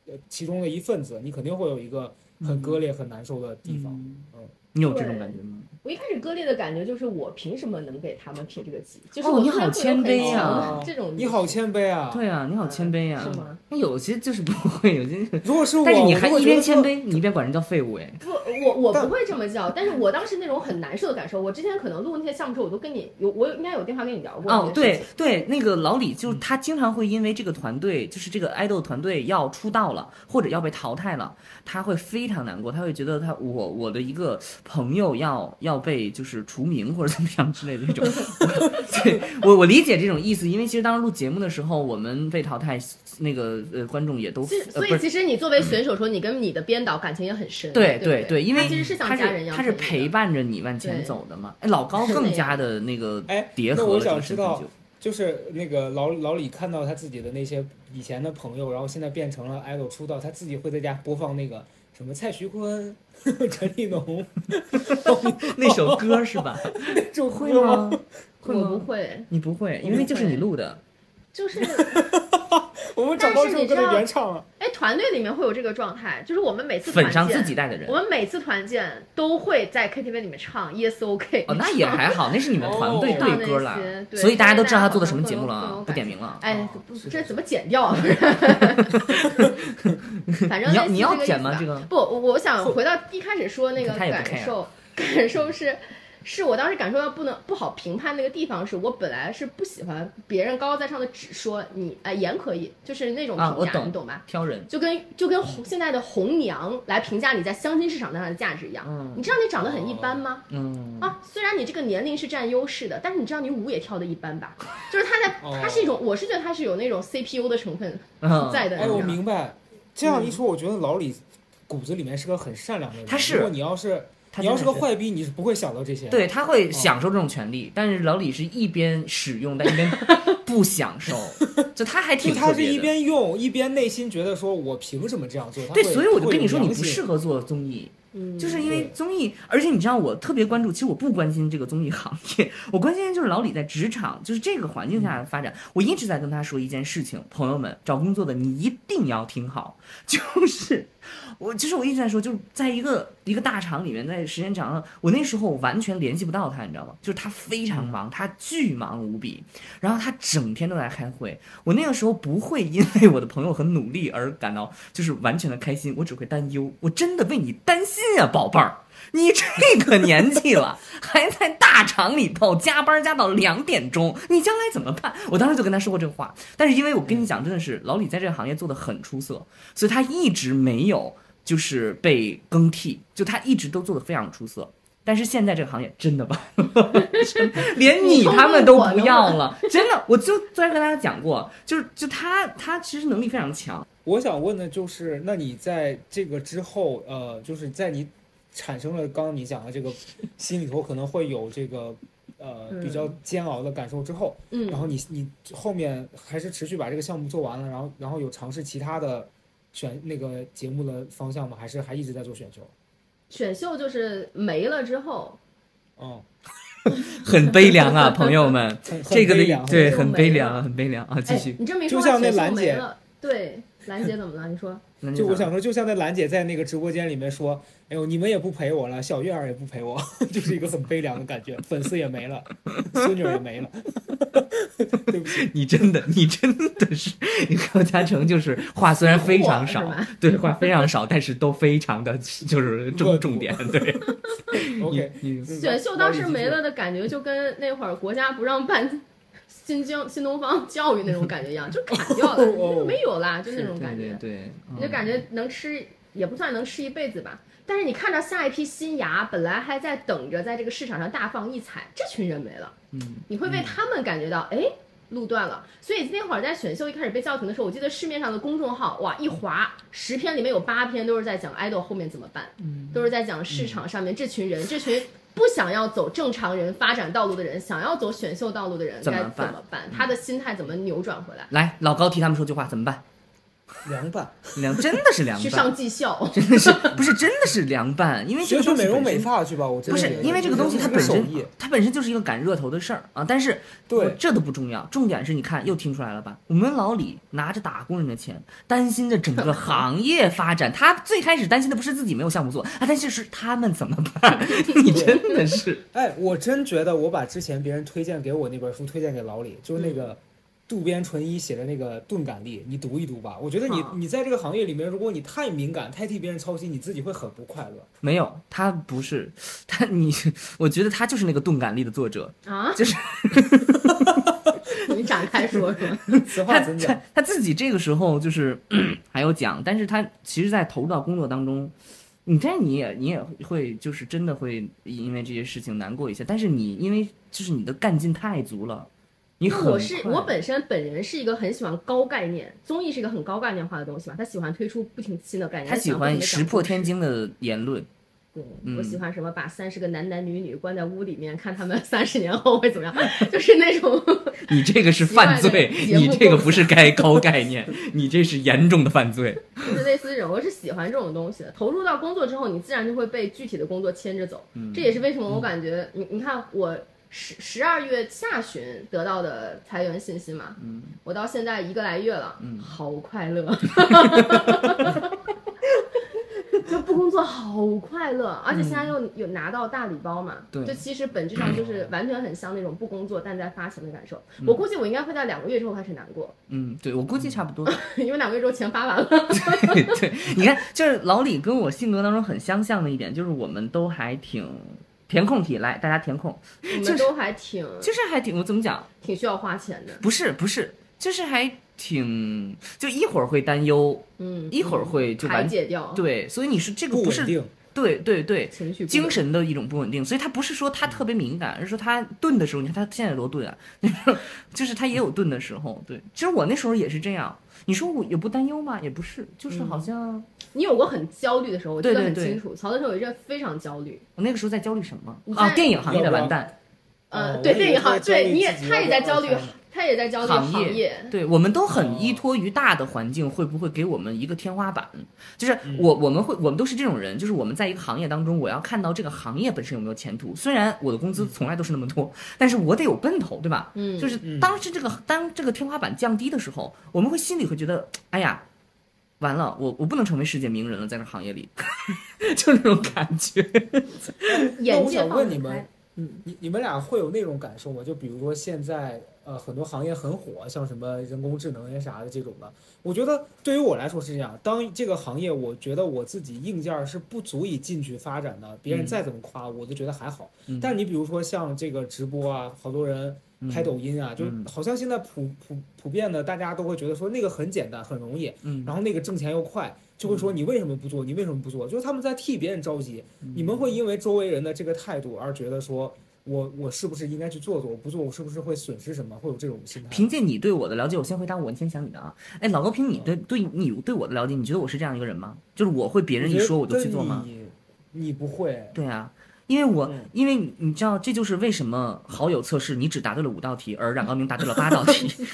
B: 呃，其中的一份子，你肯定会有一个很割裂、很难受的地方。嗯，
C: 你有这种感觉吗？
D: 我一开始割裂的感觉就是，我凭什么能给他们撇这个级？就是
C: 哦
D: 我
C: 你
D: 虽然
C: 好
D: 会有
C: 谦
D: 很
C: 卑
D: 强
C: 啊
D: 的这种
B: 你好谦卑啊！
C: 对啊，你好谦卑啊
D: 嗯是吗。
C: 那有些就是不会，有些。
B: 如果 是我，
C: 但是你
B: 我
C: 还
B: 如果
C: 一
B: 觉得
C: 边谦
B: 说，
C: 卑，你一边管人叫废物哎。
D: 不，我我
B: 但
D: 不会这么叫，但是我当时那种很难受的感受，我之前可能录那些项目时候，我都跟你有，我应嗯该有电话跟你聊过。
C: 哦，对，对，那个老李就是他经常会因为这个团队，就是这个爱豆团队要出道了，或者要被淘汰了，他会非常难过，他会觉得他我我的一个朋友要要被就是除名或者怎么样之类的那 种。对我我理解这种意思，因为其实当时录节目的时候，我们被淘汰，那个呃观众也都
D: 其实
C: 呃
D: 所
C: 不
D: 以
C: 是。
D: 其实你作为选手说，你跟你的编导感情也很深。
C: 对
D: 对
C: 对，因为
D: 他其实是像
C: 他
D: 家人一
C: 是
D: 样
C: 他是
D: 陪你的
C: 陪伴着你往前
D: 对
C: 走的嘛，哎，老高
D: 是
C: 更
D: 那
C: 加
D: 样
C: 的那个
B: 哎
C: 叠
B: 那
C: 合
B: 我
C: 了这
B: 想
C: 个
B: 知
C: 身份
B: 道
C: 就
B: 就是那个老老李看到他自己的那些以前的朋友，然后现在变成了 idol 出道，他自己会在家播放那个什么蔡徐坤、 陈立 农
C: 那首歌是 吧？
B: 这种
C: 会
B: 歌？
C: 吗？会
D: 我不
C: 吗？
D: 会，
C: 你不会，
D: 我
C: 因为
D: 不
C: 就是你
D: 会
C: 录的。
D: 就是
B: 我们找到这首歌的原唱了。
D: 哎，团队里面会有这个状态，就是我们每次团
C: 粉上
D: 建
C: 自己带的人
D: 我。们每次团建都会在 KTV 里面唱 Yes OK。
C: 哦，那也还好，那是你们团队
B: 哦
C: 对歌啦
D: 放那些，对
C: 所以大家都知道他做的什么
D: 所以
C: 节目了
D: 大家好
C: 啊
D: 像，
C: 不点名了。
D: 哎
B: 哦，
D: 不
B: 是的
D: 这怎么剪 掉啊？反正
C: 你要
D: 类似
C: 你要
D: 这个意
C: 剪
D: 思
C: 吗
D: 吧
C: 这个
D: 不，我我想回到一开始说那个
C: 他也不
D: 感
C: care
D: 受，感受是。是我当时感受到不能不好评判那个地方，是我本来是不喜欢别人高高在上的只说你，哎，言可以，就是那种评价，
C: 啊我懂
D: 你懂吧？
C: 挑人，
D: 就跟就跟红现在的红娘来评价你在相亲市场上的价值一样，
C: 嗯
D: 你知道你长得很一般吗？
C: 嗯，
D: 啊，虽然你这个年龄是占优势的，但是你知道你舞也跳的一般吧？就是他在，
B: 哦
D: 他是一种，我是觉得他是有那种 CPU 的成分
C: 嗯
D: 在的。
B: 哎，我
D: 你知道吗
B: 明白。这样一说，我觉得老李骨子里面是个很善良的人。
C: 他是
B: 如果你要是
C: 他
B: 你要
C: 真
B: 是
C: 的
B: 个坏逼，你是不会想到这些。
C: 对，他会享受这种权利，但是老李是一边使用，但一 边不享受，就他还
B: 就
C: 挺
B: 他
C: 特
B: 是
C: 别
B: 一
C: 的。
B: 边用一边内心觉得说，我凭什么这样做？他
C: 对，
B: 会
C: 所以我就
B: 会
C: 跟
B: 有
C: 你说，你
B: 良
C: 不
B: 心
C: 适合做综艺，
D: 嗯，
C: 就是因为
B: 对
C: 综艺，而且你知道我特别关注，其实我不关心这个综艺行业，我关心的就是老李在职场，就是这个环境下的发展。我一直在跟他说一件事情，朋友们，找工作的你一定要听好， 就是我，就是我一直在说，就是在一个一个大厂里面，在时间长了，我那时候完全联系不到他，你知道吗？就是他非常忙，他巨忙无比，然后他整天都在开会。我那个时候不会因为我的朋友很努力而感到就是完全的开心，我只会担忧，我真的为你担心呀、宝贝儿。你这个年纪了， 还在大厂里头加班加到两点钟，你将来怎么办？我当时就跟他说过这话，但是因为我跟你讲，真的是老李在这个行业做的很出色，所以他一直没有就是被更替，就他一直都做的非常出色。但是现在这个行业真的完了， 真的连你他们都不要了，真的。我就昨天跟大家讲过，就是就他他其实能力非常强，
B: 我想问的就是，那你在这个之后，呃，就是在你产生了刚刚你讲的这个心里头可能会有这个呃比较煎熬的感受之后，然
D: 嗯，
B: 后你你后面还是持续把这个项目做完了，然后然后有尝试其他的选那个节目的方向吗？还是还一直在做选秀？
D: 选秀就是没了之后，
B: 嗯，
C: 很悲凉 啊，朋友们。
B: 很很
C: 这个
B: 悲
C: 的
B: 凉
C: 对
D: 就
C: 很
D: 没
C: 悲
D: 了
C: 凉啊，很悲凉啊！继
D: 哎
C: 续，，
D: 你这么一
B: 就
D: 说话，
B: 像那
D: 选秀
B: 兰
D: 没
B: 姐
D: 了。对，兰姐怎么了？你说，
C: 那
B: 就我
C: 讲
B: 想说，就像那兰姐在那个直播间里面说：“哎呦，你们也不陪我了，小月儿也不陪我， 就是一个很悲凉的感觉，粉丝也没了，孙女儿也没了。” 对不 起，
C: 你真的，你真的是，你看柯嘉诚就是话虽然 非常
D: 火
C: 少
D: 是吧，
C: 对话非常少，但是都非常的就是重
B: 恶毒
C: 重点，对
B: OK，
C: 你你
B: 嗯
D: 选秀当时
B: 老李
D: 没。
B: 继续
D: 了的感觉，就跟那会儿国家不让办新疆新东方教育那种感觉一样，就砍掉了，
B: 哦
D: 就没有啦，就那种
C: 对
D: 感
C: 对
D: 觉。
C: 对，嗯
D: 你就感
C: 觉
D: 觉能吃，也不算能吃一辈子吧。但是你看到下一批新芽，本来还在等着在这个市场上大放异彩，这群人没了，
C: 嗯，
D: 你会为他们感觉到，哎、路断了。所以那会儿在选秀一开始被叫停的时候，我记得市面上的公众号，哇，一划十篇里面有八篇都是在讲 idol 后面怎么办，
C: 嗯
D: 都是在讲市场上面这群人，这群。不想要走正常人发展道路的人，想要走选秀道路的人
C: 怎么
D: 该
C: 办嗯
D: 怎么办？他的心态怎么扭转回来？
C: 来老高替他们说句话，怎么办？
B: 凉拌，
C: 凉真的是凉
D: 去
C: 拌
D: 上，技校，
C: 真的是不是真的是凉拌，因为这
B: 学
C: 个
B: 学
C: 东西
B: 美容
C: 本
B: 美
C: 身
B: 发去吧，我真
C: 不
B: 的
C: 是
B: 觉得
C: 因为这个东西它本
B: 手
C: 身
B: 艺，
C: 它本身就是一个赶热头的事儿啊，但是
B: 对
C: 我这都不重要，重点是你看又听出来了吧？我们老李拿着打工人的钱，担心着整个 行业发展，他最开始担心的不是自己没有项目做，他担心是他们怎么办？你真的是
B: 哎，我真觉得我把之前别人推荐给我那本书推荐给老李，就是那
C: 嗯
B: 个渡边淳一写的那个《钝感力》，你读一读吧。我觉得你
C: 啊
D: 好
B: 你在这个行业里面，如果你太敏感、太替别人操心，你自己会很不快乐。
C: 没有，他不是他你，我觉得他就是那个钝感力的作者，
D: 啊，
C: 就是
D: 你展开说说，
B: 此话
C: 他
B: 怎
C: 他
B: 讲？
C: 他自己这个时候就是 还有讲，但是他其实，在投入到工作当中，你但你也你也会就是真的会因为这些事情难过一些，但是你因为就是你的干劲太足了，你
D: 因为
C: 很
D: 我是
C: 快
D: 我本身本人是一个很喜欢高概念，综艺是一个很高概念化的东西嘛，他喜欢推出不停新的概念，
C: 他喜
D: 欢
C: 欢石破天惊的言 论，
D: 对，
C: 嗯
D: 我喜欢什么把三十个男男女女关在屋里面，看他们三十年后会怎么样， 就是那种
C: 你这个是
D: 奇怪
C: 犯
D: 的
C: 罪，
D: 节
C: 你
D: 目
C: 这个
D: 构
C: 不是该高概念，你这是严重的犯 罪。
D: 就是类似这种，我是喜欢这种东西的。投入到工作之后，你自然就会被具体的工作牵着走。
C: 嗯
D: 这也是为什么我感觉你你看我十十二月下旬得到的裁员信息嘛，
C: 嗯
D: 我到现在一个来月了，好快 乐，就不工作好快乐，而且现在又有拿到大礼包嘛，
C: 嗯对
D: 就其实本质 上就是完全很像那种不工作但在发钱的感受。我估计我应该会在两个月之后开始难过，
C: 嗯，对我估计差不多。
D: 因为两个月之后钱发完 了。
C: 对，你看，就是老李跟我性格当中很相像的一点，就是我们都还挺填空题，来，大家填空，
D: 我
C: 就
D: 们
C: 是
D: 都还挺
C: 就是还挺，我怎么讲？
D: 挺需要花钱的，
C: 不是不是，就是还挺，就一会儿会担忧，
D: 嗯，
C: 一会儿会就
D: 排
C: 完。
D: 解掉
C: 对，所以你是这个
B: 哦不
C: 不
B: 稳
C: 是
B: 定，
C: 对对对
D: 情绪不
C: 精
D: 稳
C: 神的一种不稳定，所以他不是说他特别敏感，而是说他钝的时候，你看他现在有多钝啊， 就是他也有钝的时候。对，其实我那时候也是这样。你说我也不担忧吗？也不是，就是
B: 嗯
C: 好像
D: 你有过很焦虑的时候，我记
C: 对
D: 得
C: 对
D: 很
C: 对
D: 清楚。曹德胜有一阵非常焦虑，
C: 我那个时候在焦虑什么
D: 你
C: 啊？
D: 在
C: 电影行业的
B: 要不要
C: 完蛋，
B: 啊
D: 呃，
B: 我
D: 对
B: 以
D: 电
B: 为
D: 影行，
B: 在焦
D: 对
B: 虑
D: 你也
B: 自己
D: 他
B: 要
D: 也
B: 不
D: 在
B: 要
D: 焦虑
B: 看，
D: 他也在焦虑
C: 行业，
D: 业，
C: 对我们都很依托于大的环境，会不会给我们一个天花板？就是我我们会我们都是这种人，就是我们在一个行业当中，我要看到这个行业本身有没有前途。虽然我的工资从来都是那么多，但是我得有奔头，对吧？
D: 嗯
C: 就是
B: 嗯
C: 当时这个当这个天花板降低的时候，我们会心里会觉得，哎呀。完了，我我不能成为世界名人了，在这行业里， 就那种感觉。
B: 那
D: 眼
B: 我
D: 界
B: 想
D: 放
B: 问
D: 得
B: 你们
D: 开，
B: 你你们俩会有那种感受吗？就比如说现在呃很多行业很火，像什么人工智能呀啥的这种的，我觉得对于我来说是这样。当这个行业我觉得我自己硬件儿是不足以进去发展的，别人再怎么夸我都觉得还好。
C: 嗯
B: 但你比如说像这个直播啊，好多人拍抖音啊，就
C: 嗯
B: 好像现在普普普遍的大家都会觉得说那个很简单很容易，
C: 嗯，
B: 然后那个挣钱又快，就会说你为什么不做？你为什么不做？就是他们在替别人着急。
C: 嗯
B: 你们会因为周围人的这个态度而觉得说，我我是不是应该去做做？我不做，我是不是会损失什么？会有这种心态？
C: 凭借你对我的了解，我先回答我，你先想你的啊。哎，老高，凭你对对你对我的了解，你觉得我是这样一个人吗？就是我会别人一说我就去做吗？
B: 你你不会，
C: 对啊，因为我、
B: 嗯
C: 因为你知道，这就是为什么好友测试你只答对了五道题，而冉高明答对了八道题，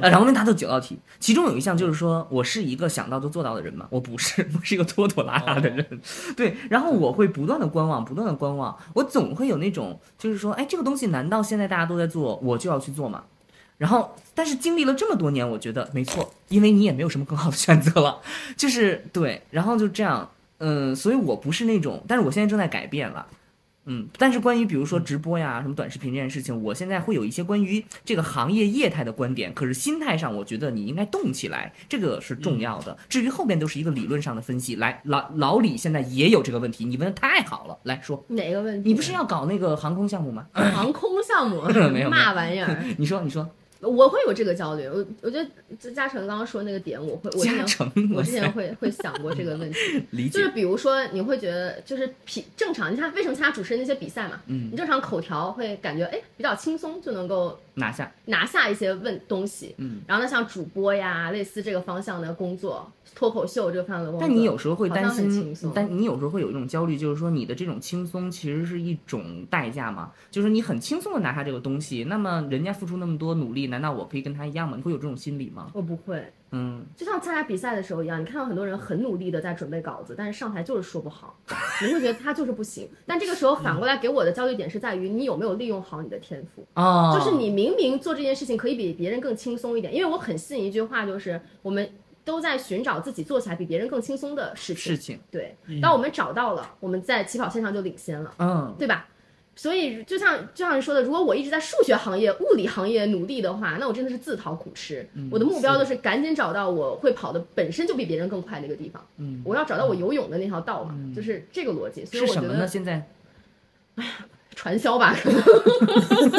C: 呃，冉高明答对了九道题，其中有一项就是说我是一个想到就做到的人嘛，我不是，我是一个拖拖拉拉的人， 对，然后我会不断的观望，不断的观望，我总会有那种就是说，哎，这个东西难道现在大家都在做，我就要去做吗？然后，但是经历了这么多年，我觉得没错，因为你也没有什么更好的选择了，就是对，然后就这样，嗯，所以我不是那种，但是我现在正在改变了。嗯，但是关于比如说直播呀、什么短视频这件事情，我现在会有一些关于这个行业业态的观点，可是心态上，我觉得你应该动起来，这个是
D: 嗯
C: 重要的。至于后边都是一个理论上的分析。来，老老李现在也有这个问题，你问的太好了，来说，
D: 哪个问题？
C: 你不是要搞那个航空项目吗？
D: 航空项目
C: 有没有
D: 嘛玩意儿？
C: 你说，你说，
D: 我会有这个焦虑，我我觉得这嘉诚刚刚说那个点，我会我之
C: 嘉
D: 前
C: 诚，
D: 我
C: 哇
D: 之前
C: 塞，
D: 会会想过这个问题，
C: 理
D: 就是
C: 解，
D: 比如说，你会觉得就是平正常，你看为什么参加主持人那些比赛嘛，
C: 嗯
D: 你正常口条会感觉哎比较轻松就能够
C: 拿下，
D: 拿下一些问东西，
C: 嗯。
D: 然后呢像主播呀类似这个方向的工作，脱口秀这个方向的工作，
C: 但你有时候会
D: 好
C: 担
D: 像很
C: 心
D: 轻松，
C: 但你有时候会有一种焦虑，就是说你的这种轻松其实是一种代价嘛，就是你很轻松的拿下这个东西，那么人家付出那么多努力，力，难道我可以跟他一样吗？你会有这种心理吗？
D: 我不会，
C: 嗯，
D: 就像参加比赛的时候一样，你看到很多人很努力的在准备稿子，但是上台就是说不好，你会觉得他就是不行。但这个时候
C: 嗯
D: 反过来给我的焦虑点是在于你有没有利用好你的天赋。
C: 哦，
D: 就是你明明做这件事情可以比别人更轻松一点，因为我很信一句话，就是我们都在寻找自己做起来比别人更轻松的事情。
C: 事情，
D: 对，
B: 嗯
D: 当我们找到了，我们在起跑线上就领先了，
C: 嗯，
D: 对吧？所以就像就像你说的，如果我一直在数学行业、物理行业努力的话，那我真的是自讨苦吃。
C: 嗯
D: 我的目标就是赶紧找到我会跑的本身就比别人更快的一个地方。
C: 嗯
D: 我要找到我游泳的那条道嘛，就是这个逻辑。所以
C: 是
D: 我觉
C: 什么呢？
D: 得
C: 现在
D: 传销吧，可能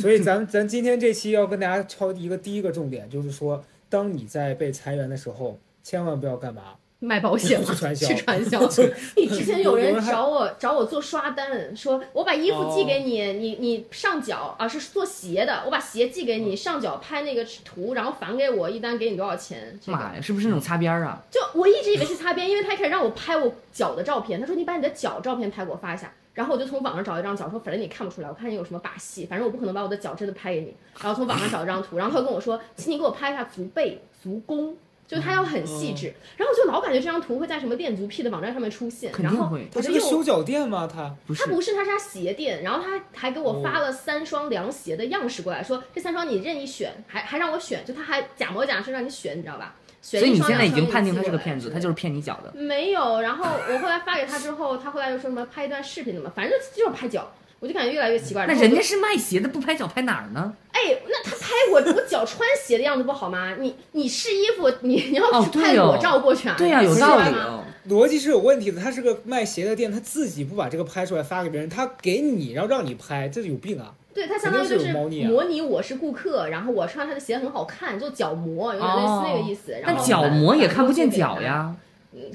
B: 所以咱咱今天这期要跟大家敲一个第一个重点，就是说，当你在被裁员的时候，千万不要干嘛？
D: 卖保险嘛，
B: 去传销
D: 去传销。 你之前有
B: 有
D: 人
B: 人还
D: 找我找我做刷单，说我把衣服寄给你，
B: 哦
D: 你你上脚啊是做鞋的，我把鞋寄给
B: 嗯
D: 你，上脚拍那个图，然后返给我一单，给你多少钱？这个
C: 妈呀，是不是那种擦边儿啊？
D: 就我一直以为是擦边，因为他一开始让我拍我脚的照片，他说你把你的脚照片拍给我发一下。然后我就从网上找一张脚，说反正你看不出来，我看你有什么把戏，反正我不可能把我的脚真的拍给你。然后从网上找一张图，然后他跟我说，请你给我拍一下足背、足弓，就他要很细致。
C: 嗯
D: 然后我就老感觉这张图会在什么练足癖的网站上面出现，
C: 肯
D: 然
C: 定
D: 后
C: 会，
B: 他
D: 我
B: 是
D: 就
B: 个
D: 用
B: 修脚店吗？他
C: 不
D: 他
C: 是，
D: 不是，他是他鞋店，然后他还给我发了三双凉鞋的样式过来，说这三双你任意选，还还让我选，就他还假模假式让你选，你知道吧？选
C: 所以
D: 一
C: 你
D: 双
C: 现在已
D: 两
C: 经
D: 双
C: 判
D: 给
C: 定
D: 你
C: 他
D: 寄
C: 是个
D: 过来
C: 骗子，
D: 之
C: 他
D: 类
C: 就是骗你脚的。
D: 没有。然后我后来发给他之后，他后来又说什么拍一段视频什么，反正就是拍脚，我就感觉越来越奇怪。
C: 那
D: 然后我
C: 人
D: 就
C: 家是卖鞋的，不拍脚拍哪儿呢？
D: 哎，那他拍我我脚穿鞋的样子不好吗？你你试衣服，你 你要
C: 哦
D: 去
C: 对
D: 拍
C: 哦
D: 裸照过去啊？
C: 对呀、有
D: 奇
C: 道
D: 怪
C: 理
D: 吗
C: 哦。
B: 逻辑是有问题的。他是个卖鞋的店，他自己不把这个拍出来发给别人，他给你，然后让你拍，这有病啊！
D: 对，它相当于就
B: 肯定是
D: 是
B: 有猫腻啊
D: 模拟我是顾客，然后我穿他的鞋很好看，就脚模，有点类似那个意思。然
C: 但
D: 后
C: 哦脚模也看不见脚，呀，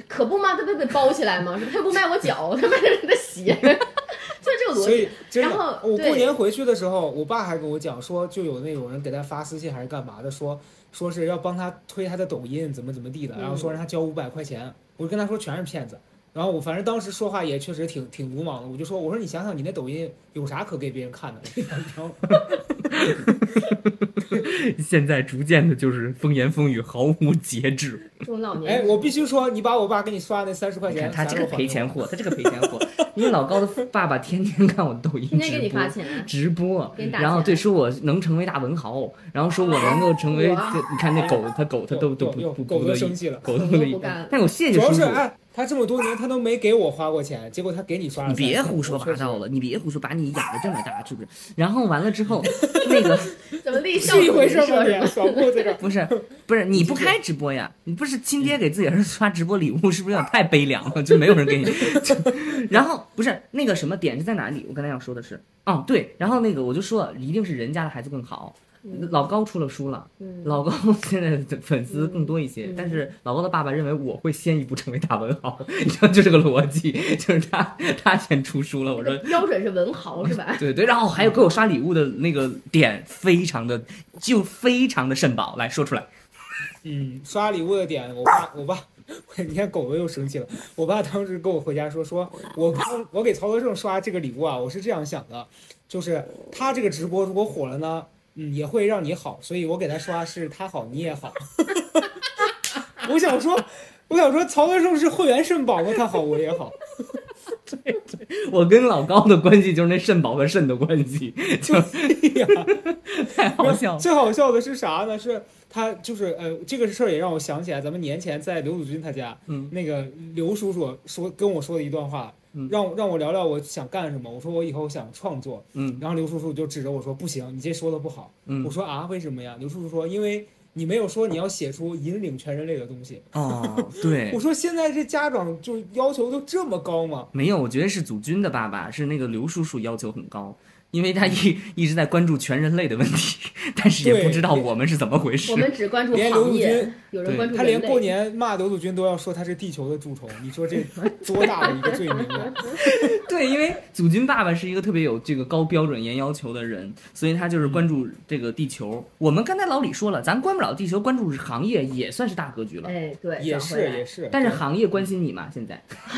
D: 可不嘛，他不得包起来吗？他又不卖我脚，他卖人的鞋，就是这个逻
B: 所
D: 辑。
B: 以真的，
D: 然后
B: 我
D: 对
B: 过年回去的时候，我爸还跟我讲说，就有那种人给他发私信还是干嘛的，说说是要帮他推他的抖音怎么怎么地的，然后
D: 嗯
B: 说让他交五百块钱，我就跟他说全是骗子。然后我反正当时说话也确实挺挺鲁莽的，我就说我说你想想你那抖音有啥可给别人看的？ 然后
C: 现在逐渐的就是风言风语，毫无节制。
D: 这种老年
B: 哎，
D: 人，
B: 我必须说，你把我爸给你刷那三十块
C: 你看
B: 钱，
C: 他这
B: 啥时
C: 个
B: 候还
C: 赔
B: 给我
C: 钱货，他这个赔钱货，因为老高的爸爸天天看我抖音直播，
D: 天天给你发钱啊。
C: 直播，
D: 给你打
C: 然后
D: 钱
C: 对说我能成为大文豪，然后说我能够成为，
D: 哇
C: 这你看那狗，它狗它都
B: 又
C: 都不
B: 又
C: 不
B: 狗
C: 不
B: 都
C: 乐
B: 生
C: 意，
B: 气了。
C: 狗都
D: 狗
C: 不
D: 都
C: 乐
D: 不
C: 意
D: 干了。
C: 但我谢谢
B: 主要
C: 叔
B: 是
C: 叔，
B: 哎，他这么多年他都没给我花过钱，结果他给你刷了
C: 你
B: 三十块
C: 别
B: 钱。
C: 胡说八
B: 我确实
C: 道了，你别胡说，把你养的这么大是不是？然后完了之后，那个
D: 怎么立校
B: 是一回事
D: 是
B: 吗？
D: 吧
B: 你爽过这个？
C: 不是不是你不开直播呀？你不是亲爹给自己儿子刷直播礼物，是不是有点太悲凉了？ 就没有人给你。就然后不是那个什么点是在哪里？我刚才要说的是，哦对，然后那个我就说一定是人家的孩子更好。老高出了书了，
D: 嗯
C: 老高现在的粉丝更多一些，但是老高的爸爸认为我会先一步成为大文豪， 你知道就这个逻辑， 就是他他先出书了，我 说。
D: 标准是文豪是 吧？
C: 对对，然后还有给我刷礼物的那个点，非常的就非常的肾宝，来说出来。
B: 嗯，刷礼物的点，我爸，我爸，你看狗狗又生气了。我爸当时跟我回家说，说我刚我给曹德胜刷这个礼物啊，我是这样想的，就是他这个直播如果火了呢，嗯，也会让你好，所以我给他刷是他好你也好。 我想说，我想说，曹德胜是会员肾宝吗？他好我也好，
C: 我跟老高的关系就是那肾宝和肾的关系，就
B: 呀
C: 太好笑了。
B: 最好笑的是啥呢？是他就是呃，这个事儿也让我想起来，咱们年前在刘祖军他家，
C: 嗯，
B: 那个刘叔叔说跟我说的一段话，
C: 嗯
B: 让我让我聊聊我想干什么。我说我以后想创作，
C: 嗯
B: 然后刘叔叔就指着我说不行，你这说的不好。我
C: 嗯
B: 说啊，为什么呀？刘叔叔说因为。你没有说你要写出引领全人类的东西。
C: 哦，
B: 我
C: 对，
B: 说现在这家长就是要求都这么高吗？
C: 没有，我觉得是祖军的爸爸是那个刘叔叔要求很高，因为他一一直在关注全人类的问题，但是也不知道我们是怎么回事
D: 我。们只关注
B: 连刘
D: 行
B: 宇
D: 业
B: 君，
D: 有人
C: 对
D: 关注
B: 他连
D: 人类
B: 过年骂刘祖军都要说他是地球的蛀虫，你说这多大的一个罪名 啊！
C: 对，因为祖军爸爸是一个特别有这个高标准、严要求的人，所以他就是关注这个地球。我们刚才老李说了，咱关不了地球，关注行业也算是大格局了。
D: 哎，对，
B: 也
D: 转回
B: 是
D: 来
B: 也是，
C: 但是行业关心你吗？现在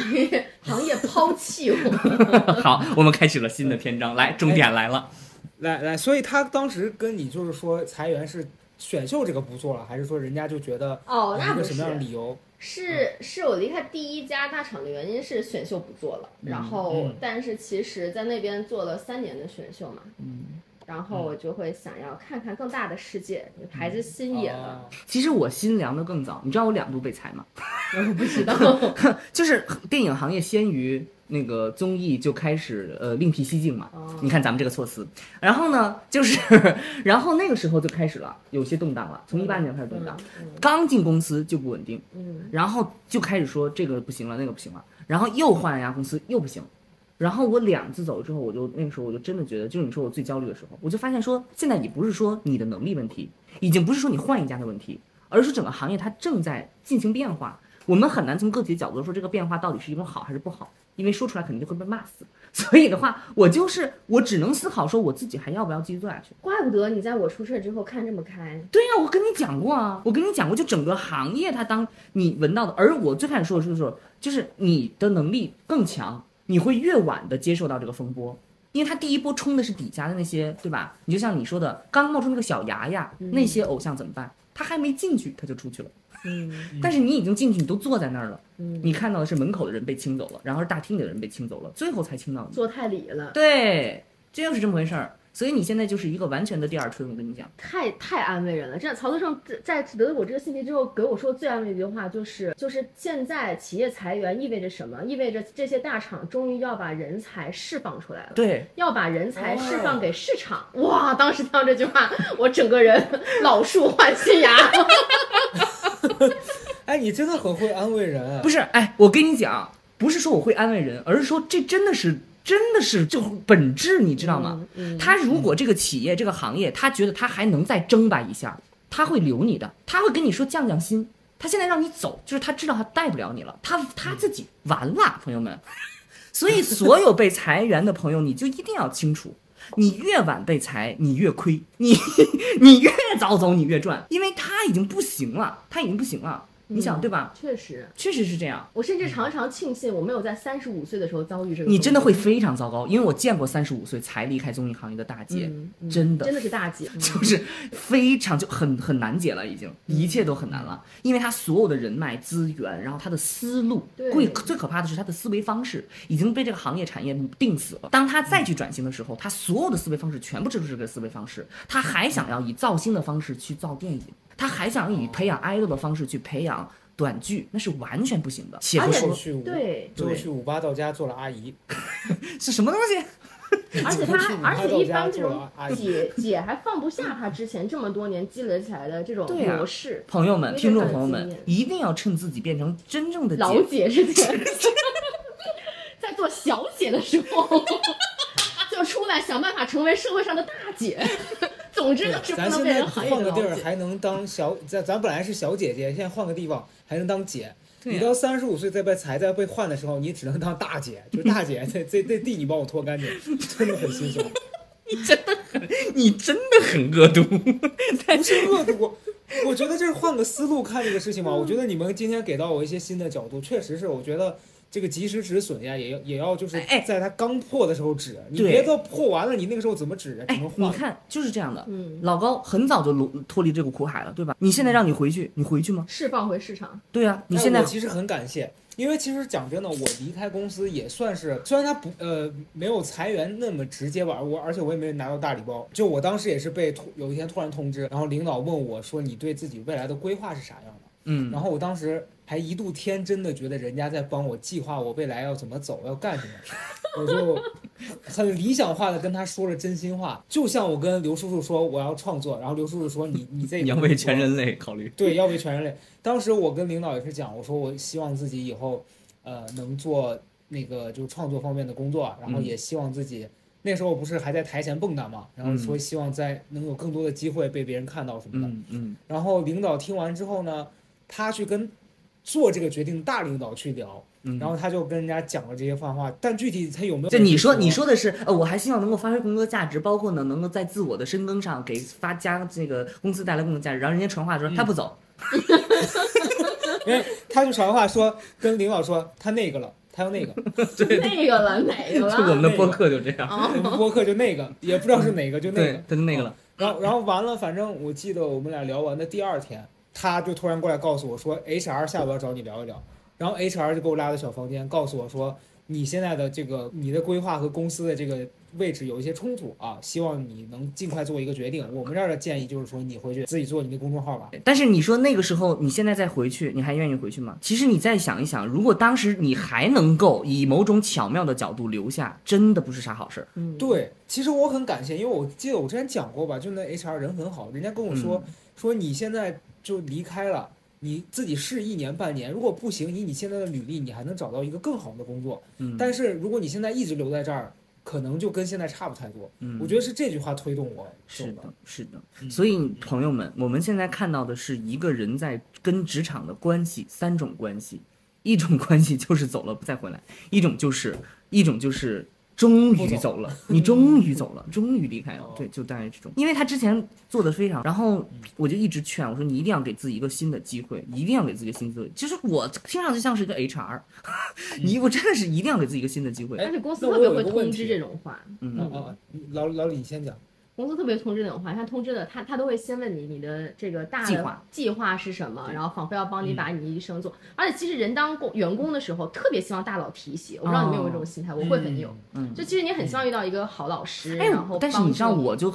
D: 行业抛弃我。
C: 好，我们开始了新的篇章，来，重点来了。
B: 来来，所以他当时跟你就是说裁员是选秀这个不做了，还是说人家就觉得
D: 哦，
B: 有
D: 那
B: 一
D: 不
B: 个
D: 是
B: 什么样的嗯理由？
D: 是是我离开第一家大厂的原因是选秀不做了，然后、
B: 嗯
D: 但是其实在那边做了三年的选秀嘛，嗯，然后我就会想要看看更大的世界，孩子心野了，
B: 哦
C: 其实我心凉的更早，你知道我两度被裁吗？
D: 我不知道，
C: 就是电影行业先于那个综艺就开始呃另辟蹊径嘛。
D: 哦
C: 你看咱们这个措辞，然后呢，就是然后那个时候就开始了有些动荡了，从一八
B: 哦
C: 年开始动荡，
B: 嗯
C: 刚进公司就不稳定，
D: 嗯，
C: 然后就开始说这个不行了，那个不行了，然后又换了一家公司又不行。然后我两次走了之后，我就那个时候我就真的觉得，就是你说我最焦虑的时候，我就发现说，现在你不是说你的能力问题，已经不是说你换一家的问题，而是整个行业它正在进行变化。我们很难从个体的角度说这个变化到底是一种好还是不好，因为说出来肯定就会被骂死。所以的话，我就是我只能思考说我自己还要不要继续做下去。
D: 怪不得你在我出事之后看这么开，
C: 对呀、我跟你讲过啊，我跟你讲过，就整个行业它当你闻到的，而我最开始说的就是，就是你的能力更强，你会越晚的接受到这个风波，因为它第一波冲的是底下的那些，对吧？你就像你说的，刚冒出那个小牙牙，那些偶像怎么办？他还没进去，他就出去了。
D: 嗯
C: 但是你已经进去，你都坐在那儿了，
D: 嗯，
C: 你看到的是门口的人被清走了，然后是大厅里的人被清走了，最后才清到你。
D: 做太理了，
C: 对，这就是这么回事儿。所以你现在就是一个完全的第二春，我跟你讲。
D: 太太安慰人了。这曹德胜在在得到我这个信息之后，给我说最安慰的一句话就是：就是现在企业裁员意味着什么？意味着这些大厂终于要把人才释放出来了。
C: 对，
D: 要把人才释放给市场。哇，当时听到这句话，我整个人老树换新芽。
B: 哎，你真的很会安慰人啊
C: 不。是，哎，我跟你讲，不是说我会安慰人，而是说这真的是，真的是就本质，你知道吗？
D: 嗯嗯
C: 他如果这个企业、这个行业，他觉得他还能再挣吧一下，他会留你的，他会跟你说降降薪。他现在让你走，就是他知道他带不了你了，他他自己完了，朋友们。所以，所有被裁员的朋友，你就一定要清楚，你越晚被裁，你越亏；你 你越早走，你越赚，因为他已经不行了，他已经不行了。你
D: 嗯
C: 想对吧？
D: 确实，
C: 确实是这样。
D: 我甚至常常庆幸我没有在三十五岁的时候遭遇这个。
C: 你真的会非常糟糕，因为我见过三十五岁才离开综艺行业的大姐，真的
D: 嗯真的是大姐。
C: 就是非常就很很难解了，已经一切都很难了，
D: 嗯
C: 因为她所有的人脉资源，然后她的思路，
D: 对
C: 最最可怕的是她的思维方式已经被这个行业产业定死了。当她再去转型的时候，她所有的思维方式全部就是这个思维方式，她还想要以造星的方式去造电影，她还想以培养
D: 哦
C: idol 的方式去培养短剧，那是完全不行的。且不
D: 而且
B: 就
C: 说
B: 去五，
D: 对
B: 就去五八到家做了阿姨，
C: 是什么东西。
D: 而且他
B: 去，
D: 而且一般这
B: 做
D: 种
B: 了阿姨
D: 姐 姐还放不下他之前这么多年积累起来的这种
C: 对啊
D: 模式，
C: 朋友们、
D: 因为
C: 听众
D: 这个
C: 朋友
D: 经
C: 们
D: 验，
C: 一定要趁自己变成真正的姐
D: 老姐之前， 在做小姐的时候， 就出来想办法成为社会上的大姐。总之
B: 对啊
D: 就是不
B: 咱
D: 能
B: 现
D: 被
B: 在
D: 人行业
B: 换个
D: 的老
B: 地儿
D: 姐。
B: 还能当小，咱咱本来是小姐姐，现在换个地方还能当姐。
C: 对
B: 你
D: 啊
C: 呀
B: 到三十五岁再被裁再被换的时候，你只能当大姐，就是大 姐，这这这地你帮我拖干净，真的很心酸。
C: 你真的很恶毒。
B: 不是恶毒，我觉得这是换个思路看这个事情嘛。我觉得你们今天给到我一些新的角度，确实是，我觉得这个及时止损呀，也要也要就是
C: 哎
B: 在它刚破的时候止，你
C: 对
B: 别到破完了，你那个时候怎么止啊？只
C: 哎
B: 能，
C: 你
B: 换。
C: 看，就是这样的。
D: 嗯，
C: 老高很早就脱脱离这个苦海了，对吧？你现在让你回去，你回去吗？
D: 释放回市场，
C: 对啊，你
B: 哎
C: 现在
B: 我其实很感谢，因为其实讲真的，我离开公司也算是，虽然他不呃没有裁员那么直接吧，而我而且我也没有拿到大礼包。就我当时也是被突有一天突然通知，然后领导问我说你对自己未来的规划是啥样的？
C: 嗯，
B: 然后我当时还一度天真的觉得人家在帮我计划我未来要怎么走，要干什么，我就很理想化的跟他说了真心话，就像我跟刘叔叔说我要创作，然后刘叔叔说你你这
C: 要为全人类考虑。
B: 对要为全人类。当时我跟领导也是讲，我说我希望自己以后呃能做那个就是创作方面的工作，然后
C: 嗯
B: 也希望自己。那时候不是还在台前蹦跶嘛，然后说希望在能有更多的机会被别人看到什么的。
C: 嗯嗯，
B: 然后领导听完之后呢，他去跟做这个决定的大领导去聊，
C: 嗯
B: 然后他就跟人家讲了这些泛话，但具体他有没有
C: 就你说，
B: 说
C: 你说的是，呃，我还希望能够发挥更多价值，包括呢，能够在自我的深耕上给发加这个公司带来更多价值。然后人家传话
E: 嗯
C: 说他不走，
B: 因为他就传话说跟领导说他那个了，他要 那个，
D: 那个了，哪个
E: 就我们
D: 了？啊
E: 的播客就这样，
B: 我们播客就那个，也不知道是哪个，就那
E: 对
B: 个，。
E: 他就那个了。
B: 然后然后完了，反正我记得我们俩聊完的第二天，他就突然过来告诉我说，HR 下午要找你聊一聊。然后 HR 就给我拉到小房间，告诉我说，你现在的这个你的规划和公司的这个位置有一些冲突啊，希望你能尽快做一个决定。我们这儿的建议就是说，你回去自己做你的公众号吧。
C: 但是你说那个时候，你现在再回去，你还愿意回去吗？其实你再想一想，如果当时你还能够以某种巧妙的角度留下，真的不是啥好事儿。
D: 嗯
B: 对，其实我很感谢，因为我记得我之前讲过吧，就那 HR 人很好，人家跟我说、
C: 嗯
B: 说你现在就离开了，你自己试一年半年，如果不行，以你现在的履历，你还能找到一个更好的工作。
C: 嗯
B: 但是如果你现在一直留在这儿，可能就跟现在差不太多。
C: 嗯
B: 我觉得是这句话推动我走
C: 是的
B: 的。，嗯
C: 是的。所以朋友们，我们现在看到的是一个人在跟职场的关系，三种关系，一种关系就是走了不再回来，一种就是一种就是。终于走了，你终于走了，终于离开了
B: 哦，
C: 对，就大概这种。因为他之前做的非常，然后我就一直劝我说，你一定要给自己一个新的机会，一定要给自己一个新的机会。其实我听上去像是一个 HR，一 我真的是一定要给自己一个新的机会。嗯
D: 但是公司
B: 那我
D: 特别
B: 有
D: 会
B: 一个问
D: 通知
B: 题
D: 这种话，
B: 嗯啊，你老老李你先讲。
D: 公司特别通知那种话，他通知的他他都会先问你你的这个大的
C: 计划嗯
D: 计划是什么，然后仿佛要帮你把你一生做。而且其实人当工员工的时候，特别希望大佬提携。我不知道你们有没有这种心态，我会很有。
C: 哦嗯
D: 就其实你很希望遇到一个好老师，
C: 哎
D: 然后，
C: 但是
D: 帮
C: 你
D: 助
C: 知道，我就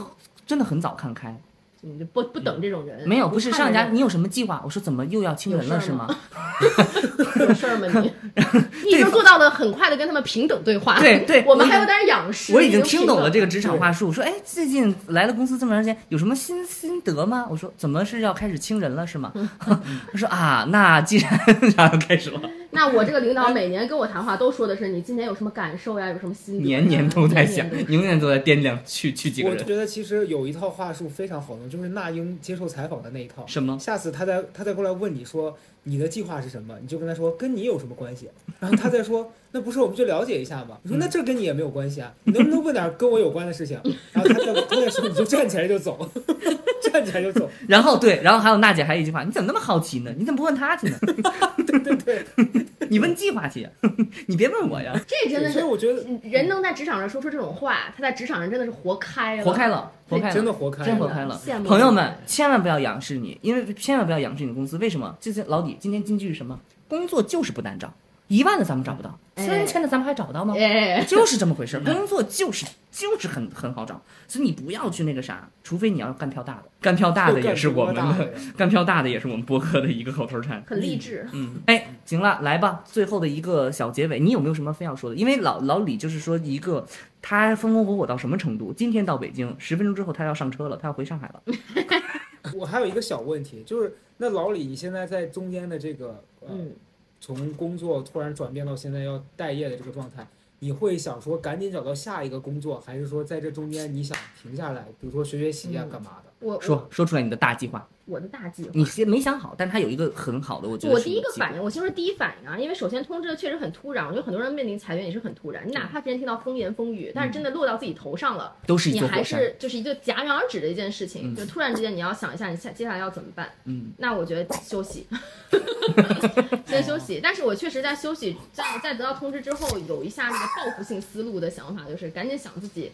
C: 真的很早看开，
D: 你就不不等这种人，
C: 没有，
D: 你
C: 不是
D: 看
C: 上人家，
D: 着
C: 你有什么计划？我说怎么又要清人了
D: 有事
C: 是
D: 儿
C: 吗
D: 吗？ 有事儿吗你？ 你已经做到了很快的跟他们平等对话。
C: 对对
D: 我
C: 我
D: 们
C: 已
D: 还有
C: 经
D: 点仰视。
C: 我已经听懂了这
D: 个。
C: 个职场话术，说哎，最近来了公司这么长时间，有什么新心得吗？我说怎么是要开始清人了 是吗？他说啊，那既然 然后开始了，
D: 那我这个领导每年跟我谈话都说的是你今年有什么感受呀，有什么心得呀？
C: 年年都在想
D: 年嗯年，都
C: 永远都在掂量去去几个
B: 我
C: 人。
B: 觉得其实有一套话术非常好用，就是那英接受采访的那一套。
C: 什么
B: 下次他再他再过来问你说你的计划是什么，你就跟他说跟你有什么关 系，然后他再说那不是我们就了解一下嘛。你说
C: 嗯
B: 那这跟你也没有关系啊，你能不能问点跟我有关的事情？然后他再他再说你就站起来就走， 站起来就走。
C: 然后对，然后还有娜姐还有一句话，你怎么那么好奇呢？你怎么不问她去呢？
B: 对对对，
C: 你问计划去呀， 你别问我 呀，
D: 这真的
B: 所以
D: 是
B: 我觉得
C: 嗯
D: 人能在职场上说出这种话，他在职场上真的是活开了，嗯
C: 活开了，活开了
B: 真。的活开
C: 真
B: 了。
C: 活开了
D: 羡慕，
C: 朋友们千万不要仰视你，因为千万不要仰视你的公司。为什么？就是老李今天金句是什么？工作就是不难找，一万的咱们找不到，
D: 哎
C: 三千的咱们还找不到吗？
D: 哎，
C: 就是这么 回事，工作就是就是很很好找，所以你不要去那个啥，除非你要干票大的，干票大的也是我们
B: 干票大
C: 的
B: 的，
C: 干票大的也是我们播客的一个口头禅。
D: 很励志。
C: 嗯，哎，行了，来吧，最后的一个小结尾，你有没有什么非要说的？因为老老李就是说一个他风风火火到什么程度，今天到北京，十分钟之后他要上车了，他要回上海了。
B: 我还有一个小问题，就是那老李，你现在在中间的这个呃、
D: 嗯，
B: 从工作突然转变到现在要待业的这个状态，你会想说赶紧找到下一个工作，还是说在这中间你想停下来，比如说学学习啊
D: 嗯，
B: 干嘛的？
D: 我我
C: 说说出来你的大计划，
D: 我的大计划。
C: 你先没想好，但他有一个很好的，我觉得
D: 我
C: 是
D: 第一个
C: 计划
D: 反应，我先说第一反应啊，因为首先通知的确实很突然，我觉得很多人面临裁员也是很突然。
C: 嗯
D: 你哪怕之前听到风言风语，但是真的落到自己头上了，
C: 都是一
D: 你
C: 座
D: 还
C: 火山，
D: 是就是一个戛然而止的一件事情，
C: 嗯
D: 就突然之间你要想一下你下接下来要怎么办。
C: 嗯，
D: 那我觉得 休息，先休息。但是我确实在休息，在在得到通知之后，有一下这个报复性思路的想法，就是赶紧想自己。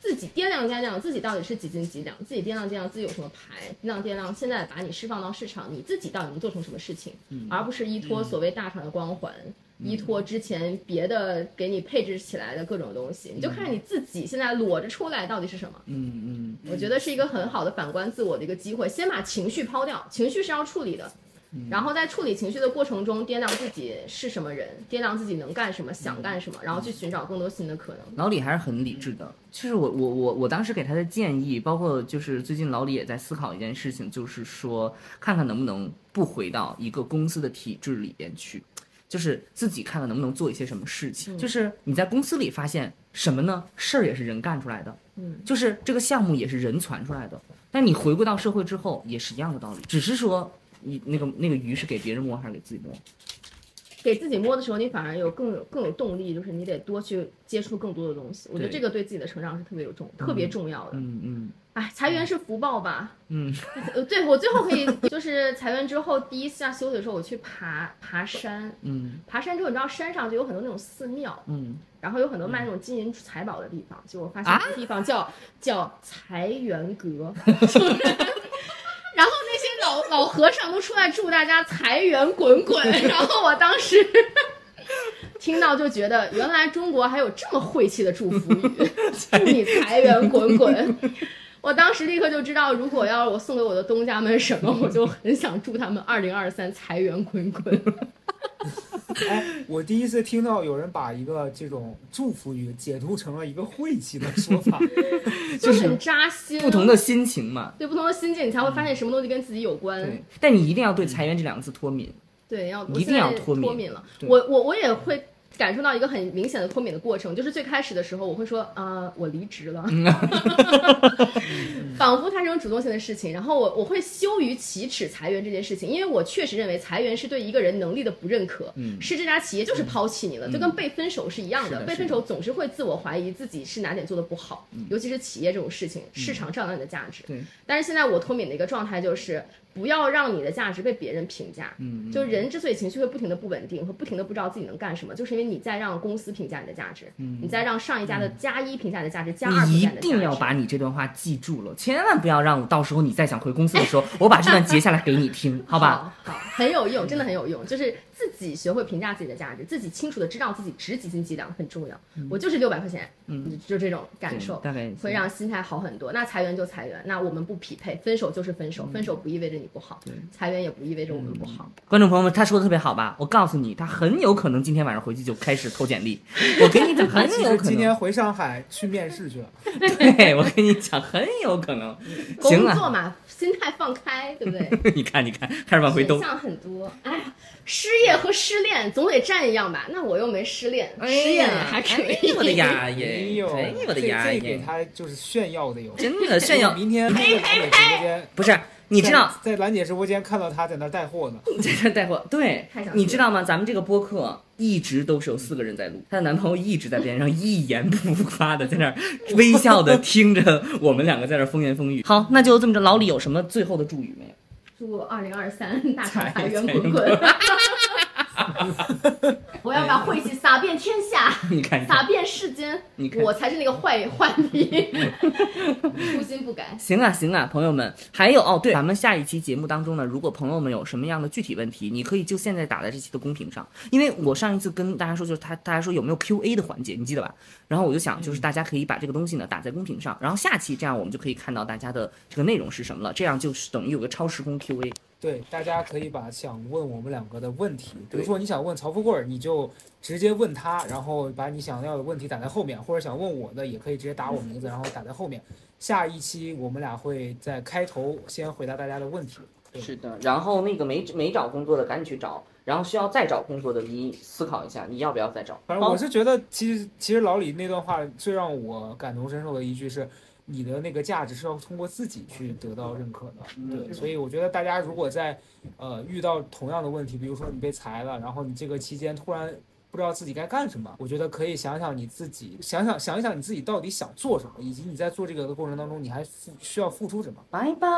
D: 自己掂量掂量，自己到底是几斤几两，自己掂量掂量自己有什么牌，掂量掂量，现在把你释放到市场，你自己到底能做成什么事情，
C: 嗯
D: 而不是依托所谓大厂的光环，依托之前别的给你配置起来的各种东西，你就看你自己现在裸着出来到底是什么。
C: 嗯
D: 我觉得是一个很好的反观自我的一个机会。先把情绪抛掉，情绪是要处理的，
C: 嗯
D: 然后在处理情绪的过程中，掂量自己是什么人，掂量自己能干什么，想干什么，
C: 嗯
D: 然后去寻找更多新的可能。
C: 老李还是很理智的。其实我我我我当时给他的建议，包括就是最近老李也在思考一件事情，就是说看看能不能不回到一个公司的体制里边去，就是自己看看能不能做一些什么事情。就是你在公司里发现什么呢？事儿也是人干出来的，
D: 嗯，
C: 就是这个项目也是人传出来的。但你回归到社会之后也是一样的道理，只是说你那个那个鱼是给别人摸还是给自己摸？
D: 给自己摸的时候，你反而有更有更有动力，就是你得多去接触更多的东西。我觉得
C: 对
D: 这个对自己的成长是特别有重、特别重要的。
C: 嗯嗯
D: 哎，裁员是福报吧？
C: 嗯，
D: 呃，对我最后可以就是裁员之后第一下休息的时候，我去爬爬山。
C: 嗯
D: 爬山之后，你知道山上就有很多那种寺庙，
C: 嗯，
D: 然后有很多卖那种金银财宝的地方。就我发现
C: 啊
D: 那个地方叫、叫财源阁，就是 然后那些老老和尚都出来祝大家财源滚 滚。然后我当 时听到就觉得，原来中国还有这么晦气的祝福 语，祝你财源滚滚。 我当时立刻就知道，如果要是我送给我的东家们什么，我就很想祝他们二零二三财源滚滚。
B: 哎，我第一次听到有人把一个这种祝福语解读成了一个晦气的说 法，
C: 就
D: 就
C: 是
D: 很扎心。啊
C: 不同的心情嘛。
D: 对不同的心境，你才会发现什么东西跟自己有关。
C: 嗯对，但你一定要对“裁员”这两个字脱敏。
D: 对，要
C: 一定要脱
D: 脱
C: 敏
D: 敏了。
C: 对
D: 我我我也会感受到一个很明显的脱敏的过程，就是最开始的时候，我会说，呃，我离职了，
C: 嗯
D: 仿佛它是一种主动性的事情。然后我我会羞于启齿裁员这件事情，因为我确实认为裁员是对一个人能力的不认可，
C: 嗯
D: 是这家企业就是抛弃你了，就跟被分手是一样
C: 是的是的嗯
D: 被分手总是会自我怀疑自己是哪点做的不好，尤其是企业这种事情，市场照样你的价值。
C: 对，
D: 但是现在我脱敏的一个状态就是，不要让你的价值被别人评价。
C: 嗯，
D: 就人之所以情绪会不停的不稳定和不停的不知道自己能干什么，就是因为你在让公司评价你的价值，
C: 嗯
D: 你在让上一家的加一评价你的价值，加二
C: 你
D: 评
C: 一
D: 价你的价值。
C: 定要把你这段话记住了，千万不要让我到时候你再想回公司的时候，我把这段截下来给你听，好吧？
D: 好？好，很有用，真的很有用。就是自己学会评价自己的价值，自己清楚的知道自己值几斤几两很重要。我就是六百块钱，嗯，就这种感受，
C: 对大概
D: 会让心态好很多。那裁员就裁员，那我们不匹配，分手就是分
C: 嗯
D: 手，分手不意味着你不好，裁员也不意味着我们不好。
C: 观众朋友们，他说的特别好吧？我告诉你，他很有可能今天晚上回去就开始投简历。 我跟你讲，很
B: 其
C: 有
B: 实
C: 可
B: 今
C: 能
B: 天。回上海去面试去了。
C: 对，我跟你讲，很有可能。行啊
D: 工作
C: 了，
D: 嘛，心态放开，对不对？
C: 你看，你看，开始往回
D: 选
C: 兜。
D: 项很多，哎呀，失业和失恋总得占一样吧？那我又没失恋，
C: 哎
D: 失恋
C: 呀，
D: 了还可以。
C: 哎呦我的牙
B: 哎
C: 耶！
B: 呦，
C: 哎呦我的
B: 这
C: 牙
B: 这给
C: 耶！
B: 他就是炫耀的有。
C: 真的炫耀
B: 明天在兰姐直播间，
C: 不是？你知道
B: 在在兰姐直播间看到他在那儿带货呢。
C: 在这带货，对
D: 太想，
C: 你
D: 去
C: 知道吗？咱们这个播客一直都是有四个人在录，她的男朋友一直在边上一言不发的在那儿微笑的听着我们两个在这儿风言风语。好，那就这么着，老李有什么最后的祝语没有？
D: 祝二零二三大厂财源
C: 财
D: 滚滚！ 我要把晦气撒遍天下，
C: 你看，你
D: 撒
C: 看，
D: 遍世间
C: 你，看
D: 我才是那个坏坏 皮，初心不改。
C: 行啊，行啊，朋友们，还有哦，对，咱们下一期节目当中呢，如果朋友们有什么样的具体问题，你可以就现在打在这期的公屏上，因为我上一次跟大家说，就是他大家说有没有 Q&A 的环节，你记得吧？然后我就想，就是大家可以把这个东西呢打在公屏上，然后下期这样我们就可以看到大家的这个内容是什么了，这样就是等于有个超时空 Q&A。
B: 对，大家可以把想问我们两个的问题，比
C: 对
B: 如说你想问曹富贵儿，你就直接问他，然后把你想要的问题打在后面，或者想问我的也可以直接打我名字，然后打在后面。下一期我们俩会在开头先回答大家的问题。对
C: 是的，然后那个没没找工作的赶紧去找，然后需要再找工作的你思考一下，你要不要再找？
B: 反正我是觉得，其实其实老李那段话最让我感同身受的一句是，你的那个价值是要通过自己去得到认可的。对，所以我觉得大家如果在呃遇到同样的问题，比如说你被裁了，然后你这个期间突然。不知道自己该干什么，我觉得可以想想你自己，想想想一想你自己到底想做什么，以及你在做这个的过程当中，你还付需要付出什么。
C: 拜拜。